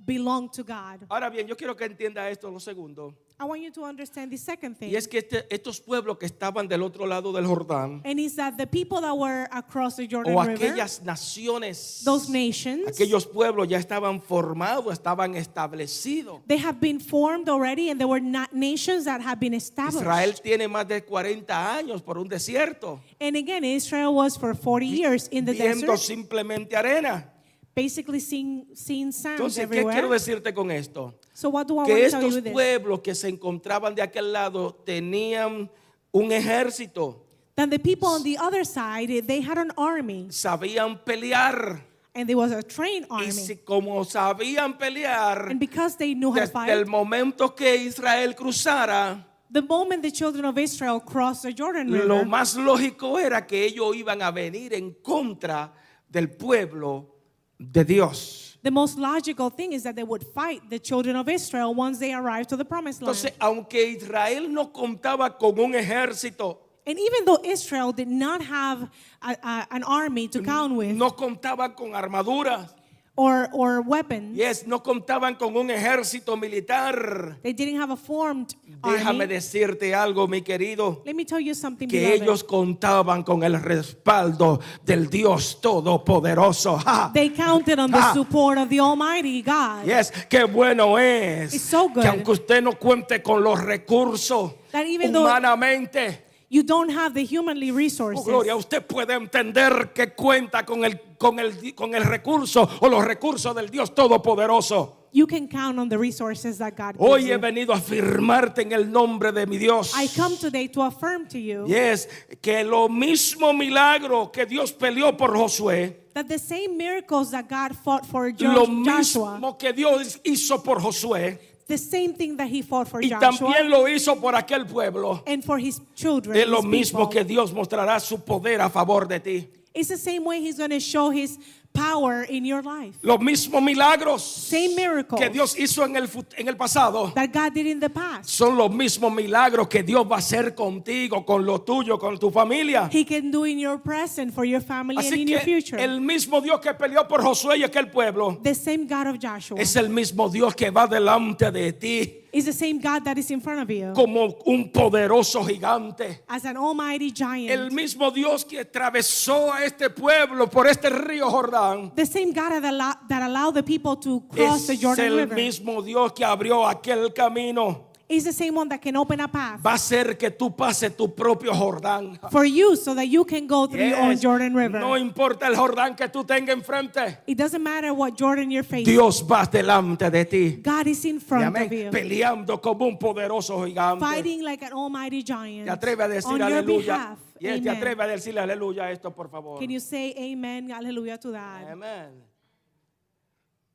Speaker 2: belong to God.
Speaker 1: Ahora bien, yo quiero que entienda esto lo segundo.
Speaker 2: I want you to understand the second thing.
Speaker 1: Y es que este- estos pueblos que estaban del otro lado del Jordán,
Speaker 2: And is that the people that were across the Jordan
Speaker 1: o
Speaker 2: River,
Speaker 1: aquellas naciones,
Speaker 2: those nations,
Speaker 1: aquellos pueblos ya estaban formados, estaban establecidos.
Speaker 2: they have been formed already and they were not nations that have been established.
Speaker 1: Israel tiene más de 40 años por un desierto,
Speaker 2: And again, Israel was for 40 years in the
Speaker 1: viendo
Speaker 2: desert,
Speaker 1: simplemente arena.
Speaker 2: basically seeing, seeing sands
Speaker 1: Entonces, ¿qué
Speaker 2: everywhere.
Speaker 1: quiero decirte con esto?
Speaker 2: so what do I want
Speaker 1: que
Speaker 2: to tell you
Speaker 1: estos
Speaker 2: with this?
Speaker 1: pueblos que se encontraban de aquel lado tenían un ejército,
Speaker 2: Then the people on the other side, they had an army
Speaker 1: sabían pelear.
Speaker 2: and there was a trained army.
Speaker 1: Y si, como sabían pelear,
Speaker 2: And because they knew how to
Speaker 1: desde el
Speaker 2: fight,
Speaker 1: momento que Israel cruzara,
Speaker 2: the moment the children of Israel crossed the Jordan
Speaker 1: lo
Speaker 2: River,
Speaker 1: más lógico era que ellos iban a venir en contra del pueblo de Dios.
Speaker 2: the most logical thing is that they would fight the children of Israel once they arrived to the promised land.
Speaker 1: Entonces, aunque Israel no contaba con un ejército,
Speaker 2: And even though Israel did not have a, a- an army to count with
Speaker 1: no contaban con armaduras,
Speaker 2: or, or weapons,
Speaker 1: yes, no contaban con un ejército militar.
Speaker 2: they didn't have a formed
Speaker 1: Déjame
Speaker 2: army.
Speaker 1: decirte algo, mi querido,
Speaker 2: Let me tell you something,
Speaker 1: que
Speaker 2: beloved.
Speaker 1: ellos contaban con el respaldo del Dios Todopoderoso. Ja.
Speaker 2: They counted on the
Speaker 1: Ah.
Speaker 2: support of the Almighty God.
Speaker 1: Yes, qué bueno es
Speaker 2: It's so good.
Speaker 1: que aunque usted no cuente con los recursos
Speaker 2: That even though-
Speaker 1: humanamente,
Speaker 2: You don't have the humanly
Speaker 1: oh,
Speaker 2: resources.
Speaker 1: gloria, usted puede entender que cuenta con el, con, el, di- con el recurso o los recursos del Dios Todopoderoso.
Speaker 2: You can count on the resources that God gives
Speaker 1: Hoy he
Speaker 2: you.
Speaker 1: venido a firmarte en el nombre de mi Dios.
Speaker 2: I come today to affirm to you
Speaker 1: Yes, que lo mismo milagro que Dios peleó por Josué,
Speaker 2: that the same miracles that God fought for Jo-
Speaker 1: lo
Speaker 2: Joshua,
Speaker 1: mismo que Dios hizo por Josué
Speaker 2: the same thing that he fought for
Speaker 1: y también
Speaker 2: Joshua
Speaker 1: lo hizo por aquel pueblo,
Speaker 2: and for his children,
Speaker 1: es lo
Speaker 2: his
Speaker 1: mismo
Speaker 2: people,
Speaker 1: que Dios mostrará su poder a favor de ti.
Speaker 2: it's the same way he's going to show his power in your life.
Speaker 1: Los mismos milagros
Speaker 2: Same miracles
Speaker 1: que Dios hizo en el, fut- en el pasado
Speaker 2: that God did in the past.
Speaker 1: son los mismos milagros que Dios va a hacer contigo, con lo tuyo, con tu familia.
Speaker 2: He can do in your present, for your family, and
Speaker 1: Así
Speaker 2: in your
Speaker 1: que
Speaker 2: future.
Speaker 1: el mismo Dios que peleó por Josué y aquel pueblo
Speaker 2: the same God of Joshua
Speaker 1: es el mismo Dios que va delante de ti
Speaker 2: is the same God that is in front of you
Speaker 1: como un poderoso gigante.
Speaker 2: as an almighty giant.
Speaker 1: El mismo Dios que atravesó a este pueblo por este río Jordán
Speaker 2: the same God that, allow, that allowed the people to
Speaker 1: es
Speaker 2: cross the Jordan
Speaker 1: el
Speaker 2: River
Speaker 1: mismo Dios que abrió aquel camino.
Speaker 2: is the same one that can open a path
Speaker 1: Va a ser que tú pases tu propio Jordán.
Speaker 2: for you so that you can go through your own
Speaker 1: Yes.
Speaker 2: Jordan River.
Speaker 1: No importa el Jordán que tú tengas enfrente.
Speaker 2: it doesn't matter what Jordan you're facing.
Speaker 1: Dios va delante de ti.
Speaker 2: God is in front
Speaker 1: Amén.
Speaker 2: of you,
Speaker 1: Peleando como un poderoso gigante.
Speaker 2: fighting like an almighty giant
Speaker 1: Te atreves a
Speaker 2: on
Speaker 1: decir
Speaker 2: your
Speaker 1: aleluya.
Speaker 2: behalf.
Speaker 1: Yes, te
Speaker 2: amen.
Speaker 1: atreves a decirle aleluya a esto, por favor.
Speaker 2: Can you say amen, hallelujah to that?
Speaker 1: Amén.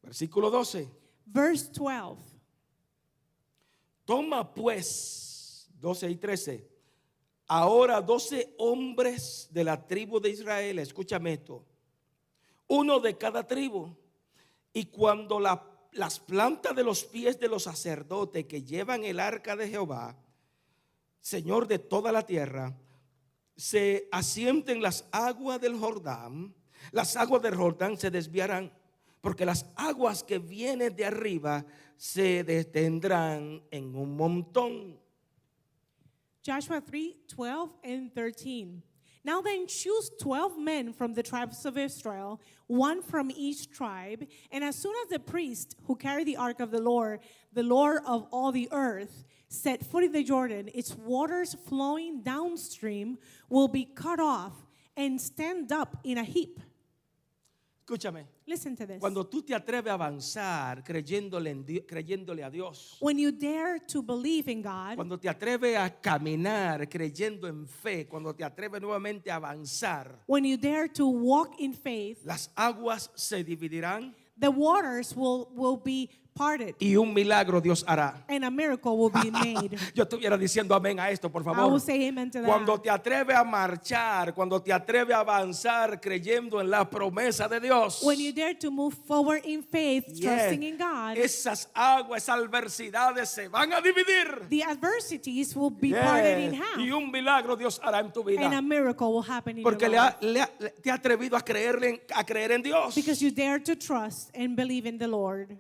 Speaker 1: Versículo 12.
Speaker 2: Verse 12.
Speaker 1: Toma pues 12 y 13. Ahora 12 hombres de la tribu de Israel, escúchame esto, uno de cada tribu. Y cuando la- las plantas de los pies de los sacerdotes que llevan el arca de Jehová, Señor de toda la tierra, se asienten las aguas del Jordán, las aguas del Jordán se desviarán, porque las aguas que vienen de arriba se detendrán en un montón.
Speaker 2: Joshua 3 12 and 13. Now then, choose 12 men from the tribes of Israel, one from each tribe. And as soon as the priest who carried the ark of the Lord, the Lord of all the earth, set foot in the Jordan, its waters flowing downstream will be cut off and stand up in a heap.
Speaker 1: Escúchame,
Speaker 2: Listen to this.
Speaker 1: cuando tú te atreves a avanzar creyéndole, en Di- creyéndole a Dios,
Speaker 2: When you dare to believe in God,
Speaker 1: cuando te atreves a caminar creyendo en fe, cuando te atreves nuevamente a avanzar,
Speaker 2: when you dare to walk in faith,
Speaker 1: las aguas se dividirán
Speaker 2: the waters will, will be parted.
Speaker 1: y un milagro Dios hará.
Speaker 2: and a miracle will be
Speaker 1: [LAUGHS]
Speaker 2: made.
Speaker 1: Yo estuviera diciendo amén a esto, por
Speaker 2: I will
Speaker 1: favor.
Speaker 2: say amen to that.
Speaker 1: Cuando te atreves a marchar, cuando te atreves a avanzar creyendo en la promesa de Dios.
Speaker 2: when you dare to move forward in faith,
Speaker 1: Yes.
Speaker 2: trusting in God,
Speaker 1: Esas aguas, esas adversidades se van a dividir.
Speaker 2: the adversities will be
Speaker 1: Yes.
Speaker 2: parted in
Speaker 1: Y
Speaker 2: half,
Speaker 1: un milagro Dios hará en tu
Speaker 2: and a
Speaker 1: vida.
Speaker 2: miracle will happen in
Speaker 1: Porque
Speaker 2: your
Speaker 1: le
Speaker 2: life
Speaker 1: ha- le ha- le- te has atrevido a creer en, a creer en Dios.
Speaker 2: because you dare to trust and believe in the Lord.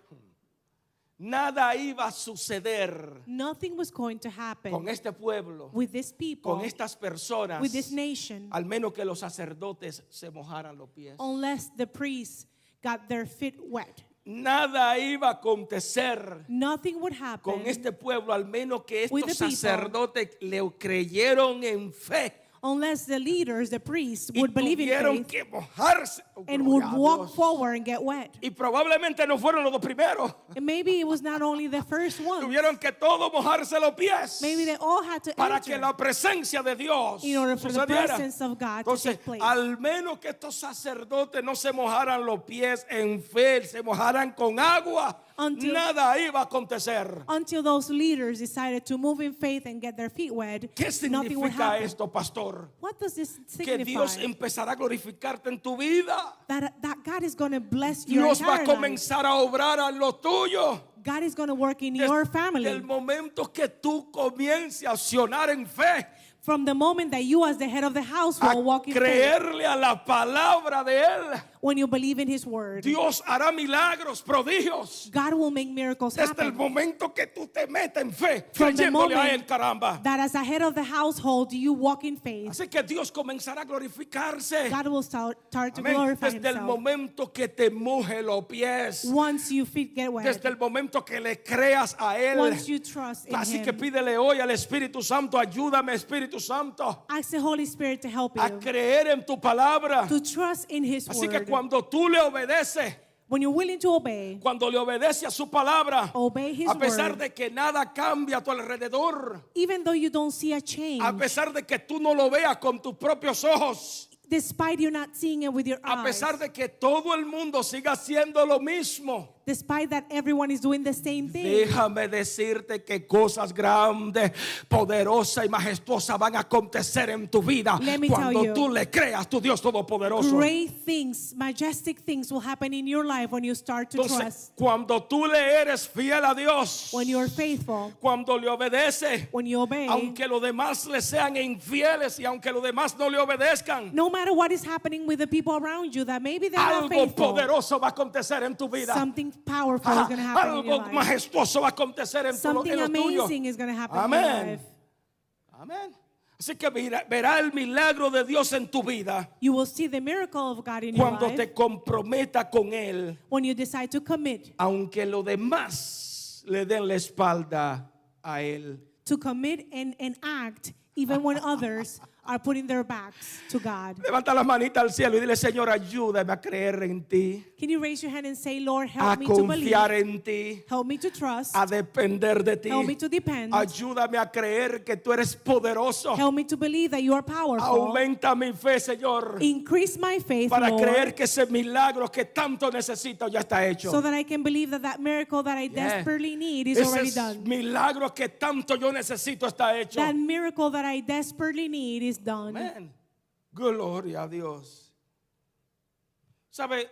Speaker 1: Nada iba a suceder
Speaker 2: Nothing was going to happen
Speaker 1: con este pueblo,
Speaker 2: with these people,
Speaker 1: con estas personas,
Speaker 2: with this nation,
Speaker 1: al menos que los sacerdotes se mojaran los pies.
Speaker 2: unless the priests got their feet wet.
Speaker 1: Nada iba a acontecer
Speaker 2: Nothing would happen
Speaker 1: con este pueblo, al menos que
Speaker 2: With the
Speaker 1: estos
Speaker 2: people.
Speaker 1: sacerdotes le creyeron en fe
Speaker 2: unless the leaders, the priests,
Speaker 1: y
Speaker 2: would believe in
Speaker 1: tuvieron
Speaker 2: faith
Speaker 1: que mojarse. Oh,
Speaker 2: and would
Speaker 1: gloria a
Speaker 2: walk
Speaker 1: Dios.
Speaker 2: forward and get wet.
Speaker 1: Y probablemente no fueron los dos primeros.
Speaker 2: And maybe it was not only the first one.
Speaker 1: Tuvieron que todos mojarse los pies
Speaker 2: Maybe they all had to
Speaker 1: para
Speaker 2: enter
Speaker 1: que la presencia de Dios
Speaker 2: in order for the
Speaker 1: sucediera.
Speaker 2: presence of God to
Speaker 1: Entonces,
Speaker 2: take place.
Speaker 1: al menos que estos sacerdotes no se mojaran los pies en fe, se mojaran con agua,
Speaker 2: Until-
Speaker 1: nada iba a acontecer.
Speaker 2: Until those leaders decided to move in faith and get their feet wet,
Speaker 1: ¿Qué
Speaker 2: nothing would
Speaker 1: significa
Speaker 2: happen.
Speaker 1: esto, pastor?
Speaker 2: What does this
Speaker 1: que
Speaker 2: signify?
Speaker 1: Dios empezará a glorificarte en tu vida.
Speaker 2: that, that God is going to bless your
Speaker 1: Dios va a
Speaker 2: entire life.
Speaker 1: comenzar a obrar a lo tuyo.
Speaker 2: God is going to work in
Speaker 1: Des-
Speaker 2: your family.
Speaker 1: Del momento que tú comiences a accionar en fe,
Speaker 2: From the moment that you as the head of the house
Speaker 1: a
Speaker 2: will walk in faith,
Speaker 1: creerle a la palabra de Él,
Speaker 2: when you believe in His word,
Speaker 1: Dios hará milagros, prodigios.
Speaker 2: God will make miracles
Speaker 1: Desde el
Speaker 2: happen.
Speaker 1: momento que tú te metas en fe,
Speaker 2: From the
Speaker 1: creyéndole a
Speaker 2: moment
Speaker 1: Él, caramba.
Speaker 2: That as a head of the household, you walk in faith.
Speaker 1: Así que Dios comenzará a glorificarse.
Speaker 2: God will start, start to
Speaker 1: Amén.
Speaker 2: glorify
Speaker 1: Desde el
Speaker 2: Himself.
Speaker 1: momento que te moje los pies,
Speaker 2: Once you feet get wet,
Speaker 1: desde el momento que le creas a Él.
Speaker 2: once you trust in
Speaker 1: Así
Speaker 2: Him,
Speaker 1: que pídele hoy al Espíritu Santo, ayúdame Espíritu Santo
Speaker 2: ask the Holy Spirit to help
Speaker 1: a
Speaker 2: you,
Speaker 1: creer en tu palabra.
Speaker 2: to trust in His
Speaker 1: Así que
Speaker 2: word.
Speaker 1: cuando tú le obedeces,
Speaker 2: when you're willing to obey,
Speaker 1: cuando le obedeces a su palabra,
Speaker 2: Obey Oh, his
Speaker 1: a pesar
Speaker 2: word.
Speaker 1: de que nada cambia a tu alrededor,
Speaker 2: even though you don't see a change,
Speaker 1: a pesar de que tú no lo veas con tus propios ojos,
Speaker 2: despite you not seeing it with your
Speaker 1: A
Speaker 2: eyes,
Speaker 1: pesar de que todo el mundo siga haciendo lo mismo.
Speaker 2: despite that everyone is doing the same thing.
Speaker 1: Déjame decirte que cosas grandes, poderosas y majestuosas van a acontecer en tu vida
Speaker 2: Let me
Speaker 1: cuando
Speaker 2: tell you.
Speaker 1: tú le creas tu Dios Todopoderoso.
Speaker 2: Great things, majestic things will happen in your life when you start to
Speaker 1: Entonces,
Speaker 2: trust,
Speaker 1: cuando tú le eres fiel a Dios,
Speaker 2: when you're faithful,
Speaker 1: cuando le obedeces,
Speaker 2: when you obey.
Speaker 1: aunque los demás le sean infieles y aunque los demás no le obedezcan,
Speaker 2: no matter what is happening with the people around you, that maybe they're not
Speaker 1: algo
Speaker 2: faithful,
Speaker 1: poderoso va a acontecer en tu vida.
Speaker 2: something powerful is
Speaker 1: Ajá,
Speaker 2: going to happen in your
Speaker 1: Algo
Speaker 2: life.
Speaker 1: majestuoso va a acontecer en tu
Speaker 2: Something
Speaker 1: en lo tuyo.
Speaker 2: amazing is going to happen in your
Speaker 1: Amén.
Speaker 2: life.
Speaker 1: Amén. Así que verá, verá el milagro de Dios en tu vida
Speaker 2: You will see the miracle of God in your
Speaker 1: cuando
Speaker 2: life
Speaker 1: te comprometa con Él,
Speaker 2: when you decide to commit.
Speaker 1: aunque los demás le den la espalda a Él.
Speaker 2: To commit and, and act even when others are putting their backs to God.
Speaker 1: Levanta las manitas al cielo y dile, Señor, ayúdame a creer en ti,
Speaker 2: Can you raise your hand and say, Lord,
Speaker 1: a
Speaker 2: help me to believe,
Speaker 1: confiar en ti,
Speaker 2: help me to trust,
Speaker 1: a depender de ti.
Speaker 2: help me to depend,
Speaker 1: Ayúdame a creer que tú eres poderoso.
Speaker 2: help me to believe that you are powerful.
Speaker 1: Aumenta mi fe, Señor,
Speaker 2: Increase my faith,
Speaker 1: para
Speaker 2: Lord,
Speaker 1: creer que ese milagro que tanto necesito ya está hecho.
Speaker 2: so that I can believe that that miracle that I
Speaker 1: Yeah.
Speaker 2: desperately need is already
Speaker 1: Ese
Speaker 2: done.
Speaker 1: milagro que tanto yo necesito está hecho.
Speaker 2: That miracle that I desperately need is done.
Speaker 1: Amén. Gloria a Dios. ¿Sabe?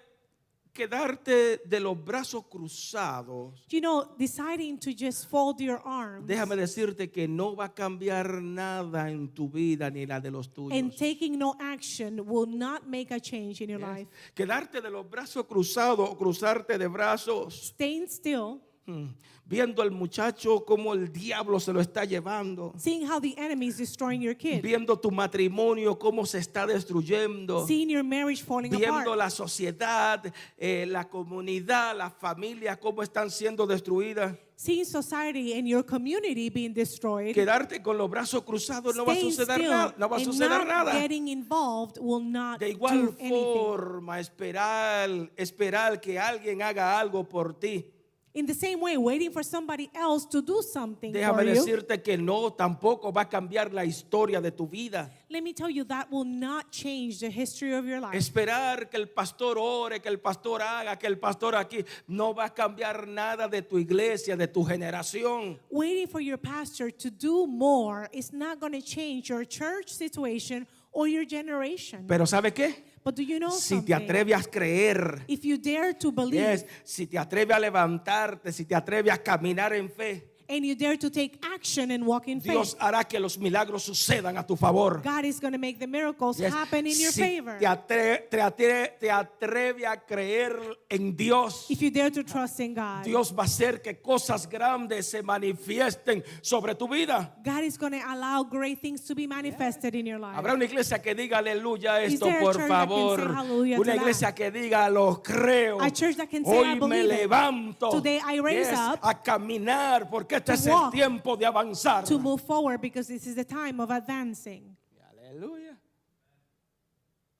Speaker 1: Quedarte de los brazos cruzados,
Speaker 2: You know, deciding to just fold your arms
Speaker 1: déjame decirte que no va a cambiar nada en tu vida ni la de los
Speaker 2: and
Speaker 1: tuyos.
Speaker 2: taking no action will not make a change in your life.
Speaker 1: Quedarte de los brazos cruzados o cruzarte de brazos,
Speaker 2: Staying still,
Speaker 1: hmm, viendo al muchacho como el diablo se lo está llevando,
Speaker 2: seeing how the enemy is destroying your kid,
Speaker 1: viendo tu matrimonio cómo se está destruyendo.
Speaker 2: seeing your marriage falling
Speaker 1: viendo
Speaker 2: apart,
Speaker 1: la sociedad, eh, la comunidad, la familia, cómo están siendo destruidas.
Speaker 2: seeing society and your community being destroyed.
Speaker 1: Quedarte con los brazos cruzados no va a
Speaker 2: staying
Speaker 1: suceder
Speaker 2: still
Speaker 1: nada. No va a
Speaker 2: and
Speaker 1: suceder
Speaker 2: not
Speaker 1: nada.
Speaker 2: getting involved will not
Speaker 1: De igual
Speaker 2: do anything.
Speaker 1: forma, esperar, esperar que alguien haga algo por ti.
Speaker 2: In the same way, waiting for somebody else to do something for
Speaker 1: Déjame
Speaker 2: you.
Speaker 1: decirte que no, tampoco va a cambiar la historia de tu vida.
Speaker 2: Let me tell you, that will not change the history of your life.
Speaker 1: Esperar que el pastor ore, que el pastor haga, que el pastor aquí, no va a cambiar nada de tu iglesia, de tu generación.
Speaker 2: Waiting for your pastor to do more is not going to change your church situation or your generation.
Speaker 1: Pero ¿sabe qué?
Speaker 2: but do you know
Speaker 1: Si te
Speaker 2: something?
Speaker 1: atreves a creer,
Speaker 2: if you dare to believe
Speaker 1: yes, si te atreves a levantarte, si te atreves a caminar en fe,
Speaker 2: and you dare to take action and walk in
Speaker 1: Dios
Speaker 2: faith,
Speaker 1: hará que los milagros sucedan a tu favor.
Speaker 2: God is going to make the miracles
Speaker 1: Yes,
Speaker 2: happen in your
Speaker 1: Si
Speaker 2: favor.
Speaker 1: te atre- te atre- te atreves a creer en Dios,
Speaker 2: if you dare to trust in God,
Speaker 1: Dios va a hacer que cosas grandes se manifiesten sobre tu vida.
Speaker 2: God is going to allow great things to be manifested in your life.
Speaker 1: Habrá una iglesia que diga aleluya a
Speaker 2: Is
Speaker 1: esto,
Speaker 2: there a
Speaker 1: por
Speaker 2: church that can
Speaker 1: favor.
Speaker 2: say hallelujah to
Speaker 1: Una iglesia
Speaker 2: that?
Speaker 1: que diga lo creo.
Speaker 2: A church that can say,
Speaker 1: Hoy
Speaker 2: "I
Speaker 1: me
Speaker 2: believe it.
Speaker 1: levanto
Speaker 2: Today I raise
Speaker 1: yes,
Speaker 2: up
Speaker 1: a caminar porque este
Speaker 2: to
Speaker 1: es el
Speaker 2: walk,
Speaker 1: tiempo de avanzar.
Speaker 2: to move forward because this is the time of advancing.
Speaker 1: Aleluya.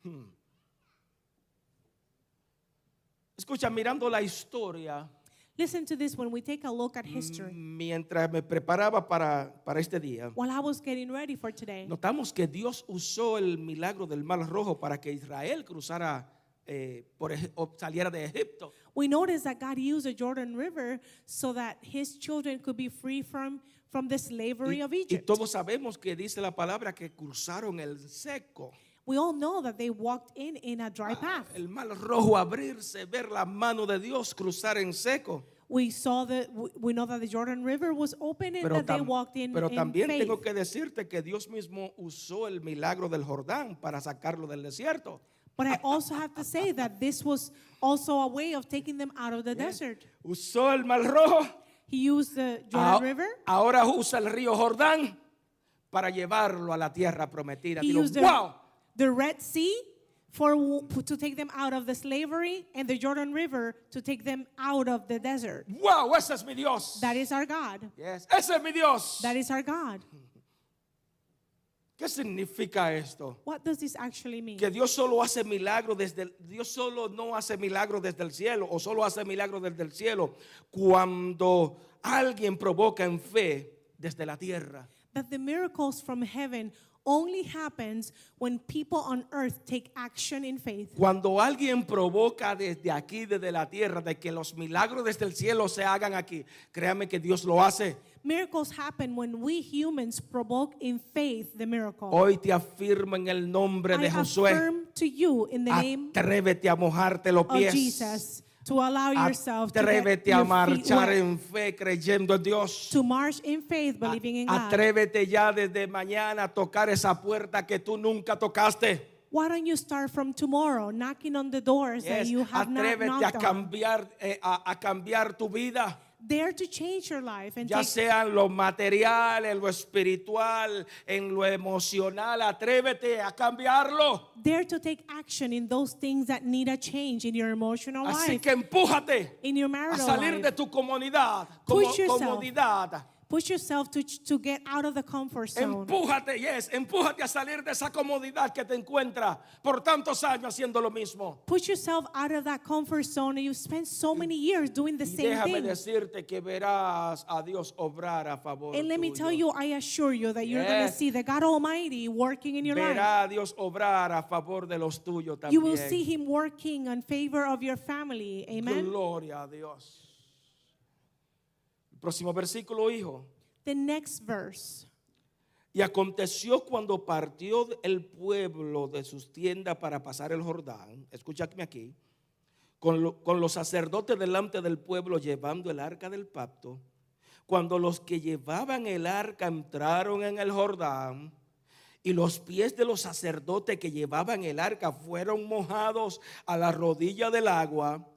Speaker 1: Hmm. Escucha, mirando la historia,
Speaker 2: Listen to this when we take a look at
Speaker 1: Mm.
Speaker 2: history.
Speaker 1: mientras me preparaba para, para este día,
Speaker 2: While I was getting ready for today,
Speaker 1: notamos que Dios usó el milagro del mar rojo para que Israel cruzara, eh, por, Eg- o saliera de Egipto.
Speaker 2: we noticed that God used the Jordan River so that his children could be free from, from the slavery
Speaker 1: Y-
Speaker 2: of
Speaker 1: Y,
Speaker 2: Egypt.
Speaker 1: todos sabemos que dice la palabra que cruzaron el seco,
Speaker 2: we all know that they walked in in a dry path.
Speaker 1: el mar rojo abrirse, ver la mano de Dios cruzar en seco.
Speaker 2: We saw that we- we know that the Jordan River was open [LAUGHS] and
Speaker 1: Pero,
Speaker 2: that they
Speaker 1: tam-
Speaker 2: walked in
Speaker 1: pero
Speaker 2: in
Speaker 1: también
Speaker 2: faith.
Speaker 1: tengo que decirte que Dios mismo usó el milagro del Jordán para sacarlo del desierto.
Speaker 2: But I also have to say that this was also a way of taking them out of the desert.
Speaker 1: Usó el mar rojo,
Speaker 2: He used the Jordan
Speaker 1: ah,
Speaker 2: River.
Speaker 1: ahora usa el río Jordán para llevarlo a la tierra prometida.
Speaker 2: He
Speaker 1: Dilo,
Speaker 2: used the,
Speaker 1: wow,
Speaker 2: the Red Sea for w- to take them out of the slavery and the Jordan River to take them out of the desert.
Speaker 1: wow, ese es mi Dios.
Speaker 2: That is our God.
Speaker 1: Yes, Ese es mi Dios.
Speaker 2: That is our God.
Speaker 1: ¿Qué significa esto?
Speaker 2: What does this actually mean?
Speaker 1: que Dios solo hace milagros desde el, Dios solo no hace milagros desde el cielo o solo hace milagros desde el cielo cuando alguien provoca en fe desde la tierra.
Speaker 2: That the miracles from heaven only happens when people on earth take action in faith.
Speaker 1: Cuando alguien provoca desde aquí, desde la tierra, de que los milagros desde el cielo se hagan aquí, créame que Dios lo hace.
Speaker 2: Miracles happen when we humans provoke in faith the miracle.
Speaker 1: Hoy te afirmo en el nombre de
Speaker 2: I
Speaker 1: Josué.
Speaker 2: affirm to you in the name
Speaker 1: Atrévete a mojarte los
Speaker 2: of
Speaker 1: pies.
Speaker 2: Jesus to allow yourself to, get
Speaker 1: Atrévete a
Speaker 2: your feet
Speaker 1: marchar
Speaker 2: wet,
Speaker 1: en fe creyendo en Dios.
Speaker 2: to march in faith, believing in God.
Speaker 1: Atrévete ya desde mañana a tocar esa puerta que tú nunca tocaste.
Speaker 2: Why don't you start from tomorrow, knocking on the doors that
Speaker 1: Yes,
Speaker 2: you have not
Speaker 1: Atrévete a
Speaker 2: knocked on?
Speaker 1: cambiar, eh, a, a cambiar tu vida,
Speaker 2: Dare to change your life and
Speaker 1: ya
Speaker 2: take
Speaker 1: sean lo material, en lo espiritual, en lo emocional. Atrévete a cambiarlo.
Speaker 2: dare to take action in those things that need a change in your emotional
Speaker 1: Así
Speaker 2: life,
Speaker 1: que empújate
Speaker 2: in your
Speaker 1: a
Speaker 2: marital
Speaker 1: salir
Speaker 2: life.
Speaker 1: de tu comunidad,
Speaker 2: Push
Speaker 1: como-
Speaker 2: yourself.
Speaker 1: comodidad.
Speaker 2: Push yourself to, to get out of the comfort zone.
Speaker 1: Empújate, yes, empújate a salir de esa comodidad que te encuentras por tantos años haciendo lo mismo.
Speaker 2: Push yourself out of that comfort zone and you spend so many years doing the
Speaker 1: Y
Speaker 2: same
Speaker 1: déjame
Speaker 2: thing.
Speaker 1: decirte que verás a Dios obrar a favor
Speaker 2: And let me tell
Speaker 1: tuyo.
Speaker 2: you, I assure you that you're going to
Speaker 1: Yes.
Speaker 2: see the God Almighty working in your life.
Speaker 1: Verá a Dios obrar a favor de los tuyos también.
Speaker 2: You will see Him working in favor of your family. Amen.
Speaker 1: Gloria a Dios. El próximo versículo, hijo.
Speaker 2: The next verse.
Speaker 1: Y aconteció cuando partió el pueblo de sus tiendas para pasar el Jordán, escúchame aquí, con, lo- con los sacerdotes delante del pueblo llevando el arca del pacto, cuando los que llevaban el arca entraron en el Jordán y los pies de los sacerdotes que llevaban el arca fueron mojados a la rodilla del agua,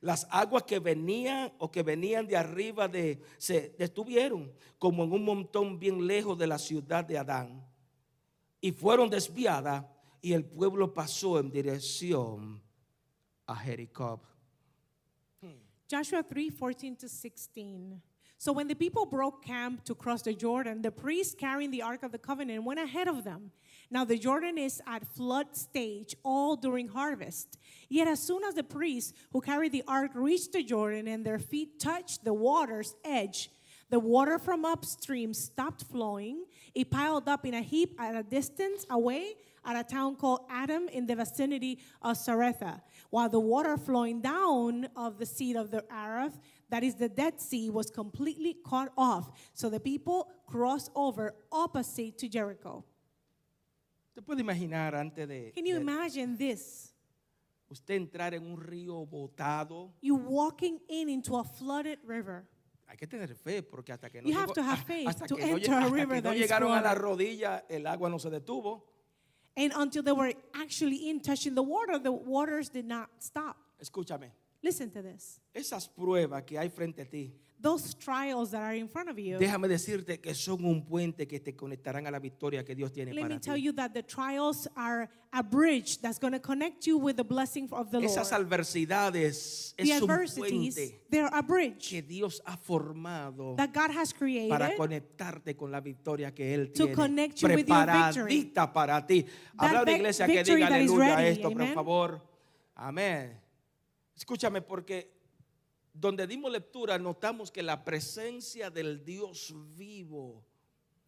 Speaker 1: las aguas que venían o que venían de arriba de, se detuvieron como en un montón bien lejos de la ciudad de Adán y fueron desviadas y el pueblo pasó en dirección a Jericó.
Speaker 2: Joshua 3 14 to 16. So when the people broke camp to cross the Jordan, the priests carrying the Ark of the Covenant went ahead of them. Now the Jordan is at flood stage all during harvest. Yet as soon as the priests who carried the Ark reached the Jordan and their feet touched the water's edge, the water from upstream stopped flowing. It piled up in a heap at a distance away at a town called Adam in the vicinity of Saretha, while the water flowing down of the seat of the Arath, that is the Dead Sea, was completely cut off. So the people crossed over opposite to Jericho.
Speaker 1: Usted puede imaginar antes de,
Speaker 2: Can you
Speaker 1: de
Speaker 2: imagine this?
Speaker 1: usted entrar en un río botado.
Speaker 2: You walking in into a flooded river.
Speaker 1: Hay que tener fe porque hasta que no,
Speaker 2: You have to have
Speaker 1: ah, [LAUGHS]
Speaker 2: faith
Speaker 1: hasta
Speaker 2: to
Speaker 1: que no, lleg-
Speaker 2: enter a
Speaker 1: hasta
Speaker 2: river
Speaker 1: que no
Speaker 2: that is
Speaker 1: llegaron a la
Speaker 2: flooded.
Speaker 1: rodilla, el agua no se detuvo.
Speaker 2: And until they were actually in touching the water, the waters did not stop.
Speaker 1: Escúchame,
Speaker 2: Listen to this.
Speaker 1: esas pruebas que hay frente a ti,
Speaker 2: Those trials that are in front of you,
Speaker 1: Déjame decirte que son un puente que te conectarán a la victoria que Dios tiene
Speaker 2: let me
Speaker 1: para
Speaker 2: tell
Speaker 1: ti.
Speaker 2: you that the trials are a bridge that's going to connect you with the blessing of the
Speaker 1: Esas
Speaker 2: Lord.
Speaker 1: adversidades es
Speaker 2: The
Speaker 1: un
Speaker 2: adversities,
Speaker 1: puente
Speaker 2: they're a bridge
Speaker 1: que Dios ha formado
Speaker 2: that God has created
Speaker 1: para conectarte con la victoria que Él
Speaker 2: to
Speaker 1: tiene
Speaker 2: connect you with your
Speaker 1: preparadita para ti.
Speaker 2: That
Speaker 1: Habla de
Speaker 2: vic-
Speaker 1: iglesia que
Speaker 2: victory
Speaker 1: diga
Speaker 2: that is
Speaker 1: aleluya a
Speaker 2: ready,
Speaker 1: esto, por
Speaker 2: amen.
Speaker 1: favor. Amén. Escúchame porque donde dimos lectura notamos que la presencia del Dios vivo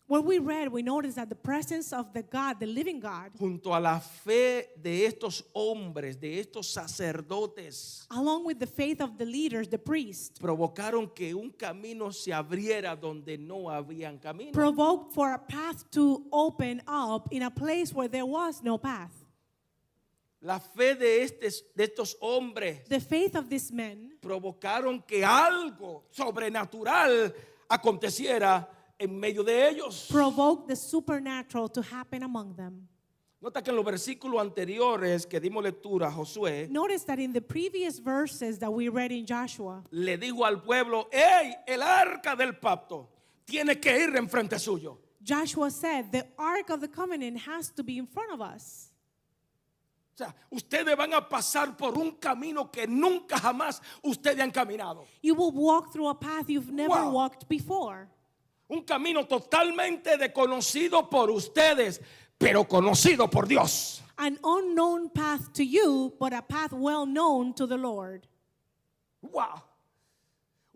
Speaker 2: When we read, we noticed that the presence of the God, the living God,
Speaker 1: junto a la fe de estos hombres, de estos sacerdotes,
Speaker 2: along with the faith of the leaders, the priest,
Speaker 1: provocaron que un camino se abriera donde no habían camino.
Speaker 2: provoked for a path to open up in a place where there was no path.
Speaker 1: la fe de, estes- de estos hombres
Speaker 2: The faith of these men
Speaker 1: provocaron que algo sobrenatural aconteciera en medio de ellos.
Speaker 2: provoked the supernatural to happen among them.
Speaker 1: Nota que en los versículos anteriores que dimos lectura a Josué,
Speaker 2: Notice that in the previous verses that we read in Joshua,
Speaker 1: le dijo al pueblo, hey, el arca del pacto tiene que ir enfrente suyo.
Speaker 2: Joshua said, The Ark of the Covenant has to be in front of us.
Speaker 1: O sea, ustedes van a pasar por un camino que nunca jamás ustedes han caminado.
Speaker 2: You will walk through a path you've never
Speaker 1: Wow.
Speaker 2: walked before.
Speaker 1: Un camino totalmente desconocido por ustedes, pero conocido por Dios.
Speaker 2: An unknown path to you, but a path well known to the Lord.
Speaker 1: Wow.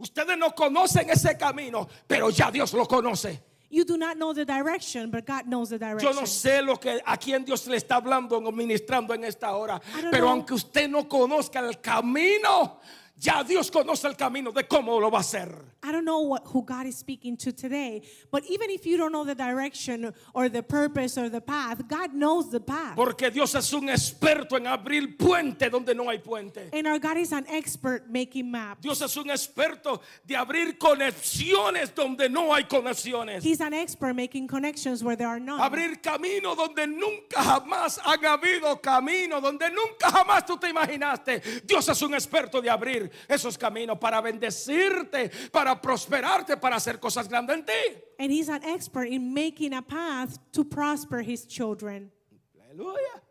Speaker 1: Ustedes no conocen ese camino, pero ya Dios lo conoce.
Speaker 2: You do not know the direction, but God knows the
Speaker 1: Yo
Speaker 2: direction.
Speaker 1: no sé lo que a quién Dios le está hablando o ministrando en esta hora,
Speaker 2: I don't
Speaker 1: pero
Speaker 2: know.
Speaker 1: aunque usted no conozca el camino, ya Dios conoce el camino de cómo lo va a hacer.
Speaker 2: I don't know what, who God is speaking to today, but even if you don't know the direction or the purpose or the path, God knows the path.
Speaker 1: Porque Dios es un experto en abrir puente donde no hay puente.
Speaker 2: And our God is an expert making maps.
Speaker 1: Dios es un experto de abrir conexiones donde no hay conexiones.
Speaker 2: He's an expert making connections where there are none.
Speaker 1: Abrir camino donde nunca jamás han habido camino, donde nunca jamás tú te imaginaste. Dios es un experto de abrir esos caminos para bendecirte, para prosperarte, para hacer cosas grandes en ti.
Speaker 2: And he's an expert in making a path to prosper his children.
Speaker 1: Aleluya.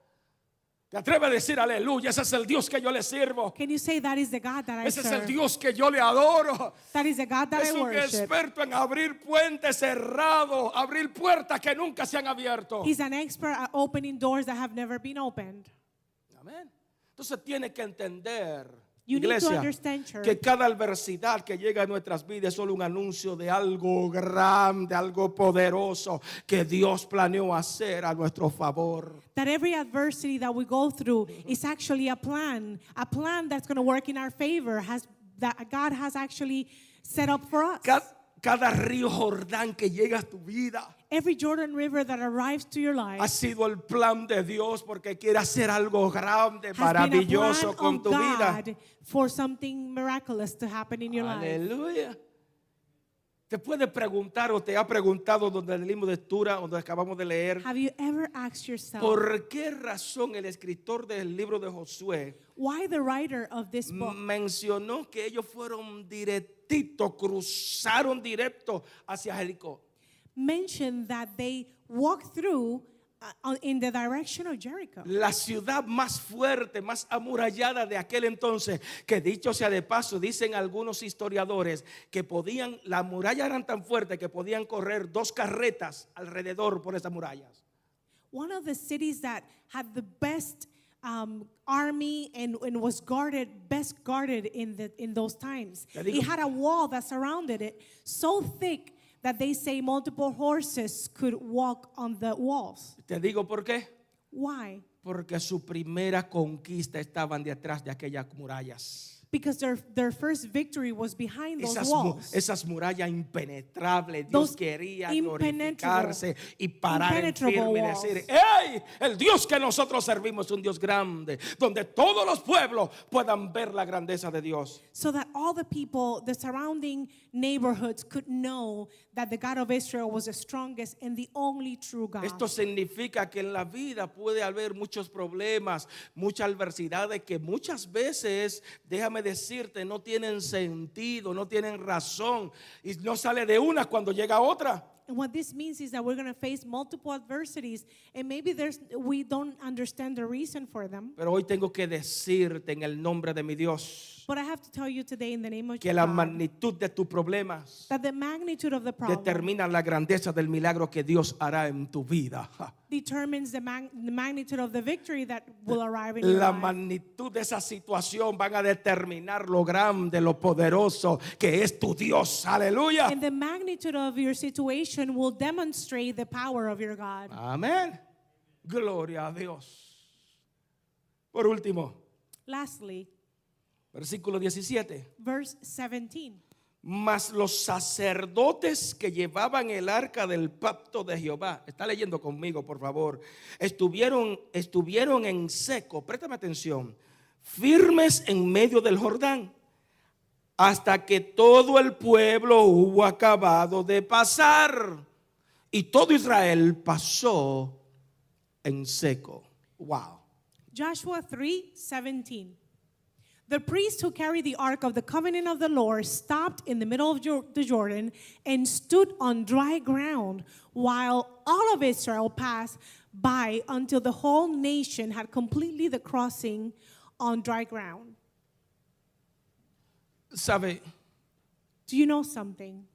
Speaker 1: ¿Te atreves a decir aleluya? Ese es el Dios que yo le sirvo.
Speaker 2: Can you say that is the God that I
Speaker 1: Ese es el
Speaker 2: serve?
Speaker 1: Dios que yo le adoro.
Speaker 2: That is the God that
Speaker 1: Es
Speaker 2: I
Speaker 1: un
Speaker 2: worship.
Speaker 1: experto en abrir puentes cerrados, abrir puertas que nunca se han abierto.
Speaker 2: He's an expert at opening doors that have never been opened.
Speaker 1: Amén. Entonces tiene que entender,
Speaker 2: You need to
Speaker 1: iglesia,
Speaker 2: understand, church.
Speaker 1: que cada adversidad que llega a nuestras vidas es solo un anuncio de algo grande, algo poderoso que Dios planeó hacer a nuestro favor.
Speaker 2: That every adversity that we go through is actually a plan, a plan that's going to work in our favor, has that God has actually set up for us.
Speaker 1: Ca- Cada, río Jordán que llega a tu vida
Speaker 2: Every Jordan River that arrives to your life
Speaker 1: ha sido el plan de Dios porque quiere hacer algo grande,
Speaker 2: has been a
Speaker 1: maravilloso
Speaker 2: plan
Speaker 1: con
Speaker 2: of
Speaker 1: tu vida.
Speaker 2: God for something miraculous to happen in your life.
Speaker 1: Aleluya. Te puede preguntar o te ha preguntado donde leímos lectura, donde acabamos de leer.
Speaker 2: Have you ever asked yourself
Speaker 1: ¿Por qué razón el escritor del libro de Josué
Speaker 2: why the writer of
Speaker 1: Mm.
Speaker 2: this book
Speaker 1: mencionó que ellos fueron directito, cruzaron directo hacia Jericó?
Speaker 2: mentioned that they walked through uh, on- in the direction of Jericho?
Speaker 1: La ciudad más fuerte, más amurallada de aquel entonces, que dicho sea de paso, dicen algunos historiadores que podían, la muralla eran tan fuerte que podían correr dos carretas alrededor por esas murallas.
Speaker 2: One of the cities that had the best um, army and, and was guarded, best guarded in, the, in those times.
Speaker 1: Te digo-
Speaker 2: It had a wall that surrounded it so thick that they say multiple horses could walk on the walls.
Speaker 1: Te digo por qué.
Speaker 2: Why?
Speaker 1: Porque su primera conquista estaban detrás de aquellas murallas.
Speaker 2: Because their, their first victory was behind those
Speaker 1: Esas, mu-
Speaker 2: walls.
Speaker 1: esas murallas impenetrables, Dios
Speaker 2: Those
Speaker 1: quería
Speaker 2: impenetrable-
Speaker 1: glorificarse y parar en
Speaker 2: impenetrable
Speaker 1: firme y
Speaker 2: walls.
Speaker 1: decir, ¡Ey! El Dios que nosotros servimos es un Dios grande, donde todos los pueblos puedan ver la grandeza de Dios.
Speaker 2: so that all the people, the surrounding neighborhoods, could know that the God of Israel was the strongest and the only true God.
Speaker 1: Esto significa que en la vida puede haber muchos problemas, muchas adversidades que muchas veces, déjame decirte, no tienen sentido, no tienen razón y no sale de una cuando llega otra.
Speaker 2: and what this means is that we're going to face multiple adversities, and maybe there's we don't understand the reason for them.
Speaker 1: Pero hoy tengo que decirte en el nombre de mi Dios.
Speaker 2: But I have to tell you today, in the name of
Speaker 1: que la
Speaker 2: God,
Speaker 1: magnitud de tus problemas
Speaker 2: that the magnitude of the problem
Speaker 1: determina la grandeza del milagro que Dios hará en tu vida. Ja.
Speaker 2: determines the, mag- the magnitude of the victory that will arrive in your
Speaker 1: La
Speaker 2: life.
Speaker 1: magnitud de esa situación van a determinar lo grande, lo poderoso que es tu Dios. Aleluya.
Speaker 2: [LAUGHS] And the magnitude of your situation will demonstrate the power of your God.
Speaker 1: Amén. Gloria a Dios. Por último,
Speaker 2: Lastly,
Speaker 1: versículo 17.
Speaker 2: verse 17.
Speaker 1: Mas los sacerdotes que llevaban el arca del pacto de Jehová, está leyendo conmigo, por favor, estuvieron, estuvieron en seco, préstame atención, firmes en medio del Jordán, hasta que todo el pueblo hubo acabado de pasar. Y todo Israel pasó en seco. Wow.
Speaker 2: Joshua 3 17. The priests who carried the ark of the covenant of the Lord stopped in the middle of Jo- the Jordan and stood on dry ground while all of Israel passed by until the whole nation had completely the crossing on dry ground.
Speaker 1: ¿Sabe?
Speaker 2: Do you know something?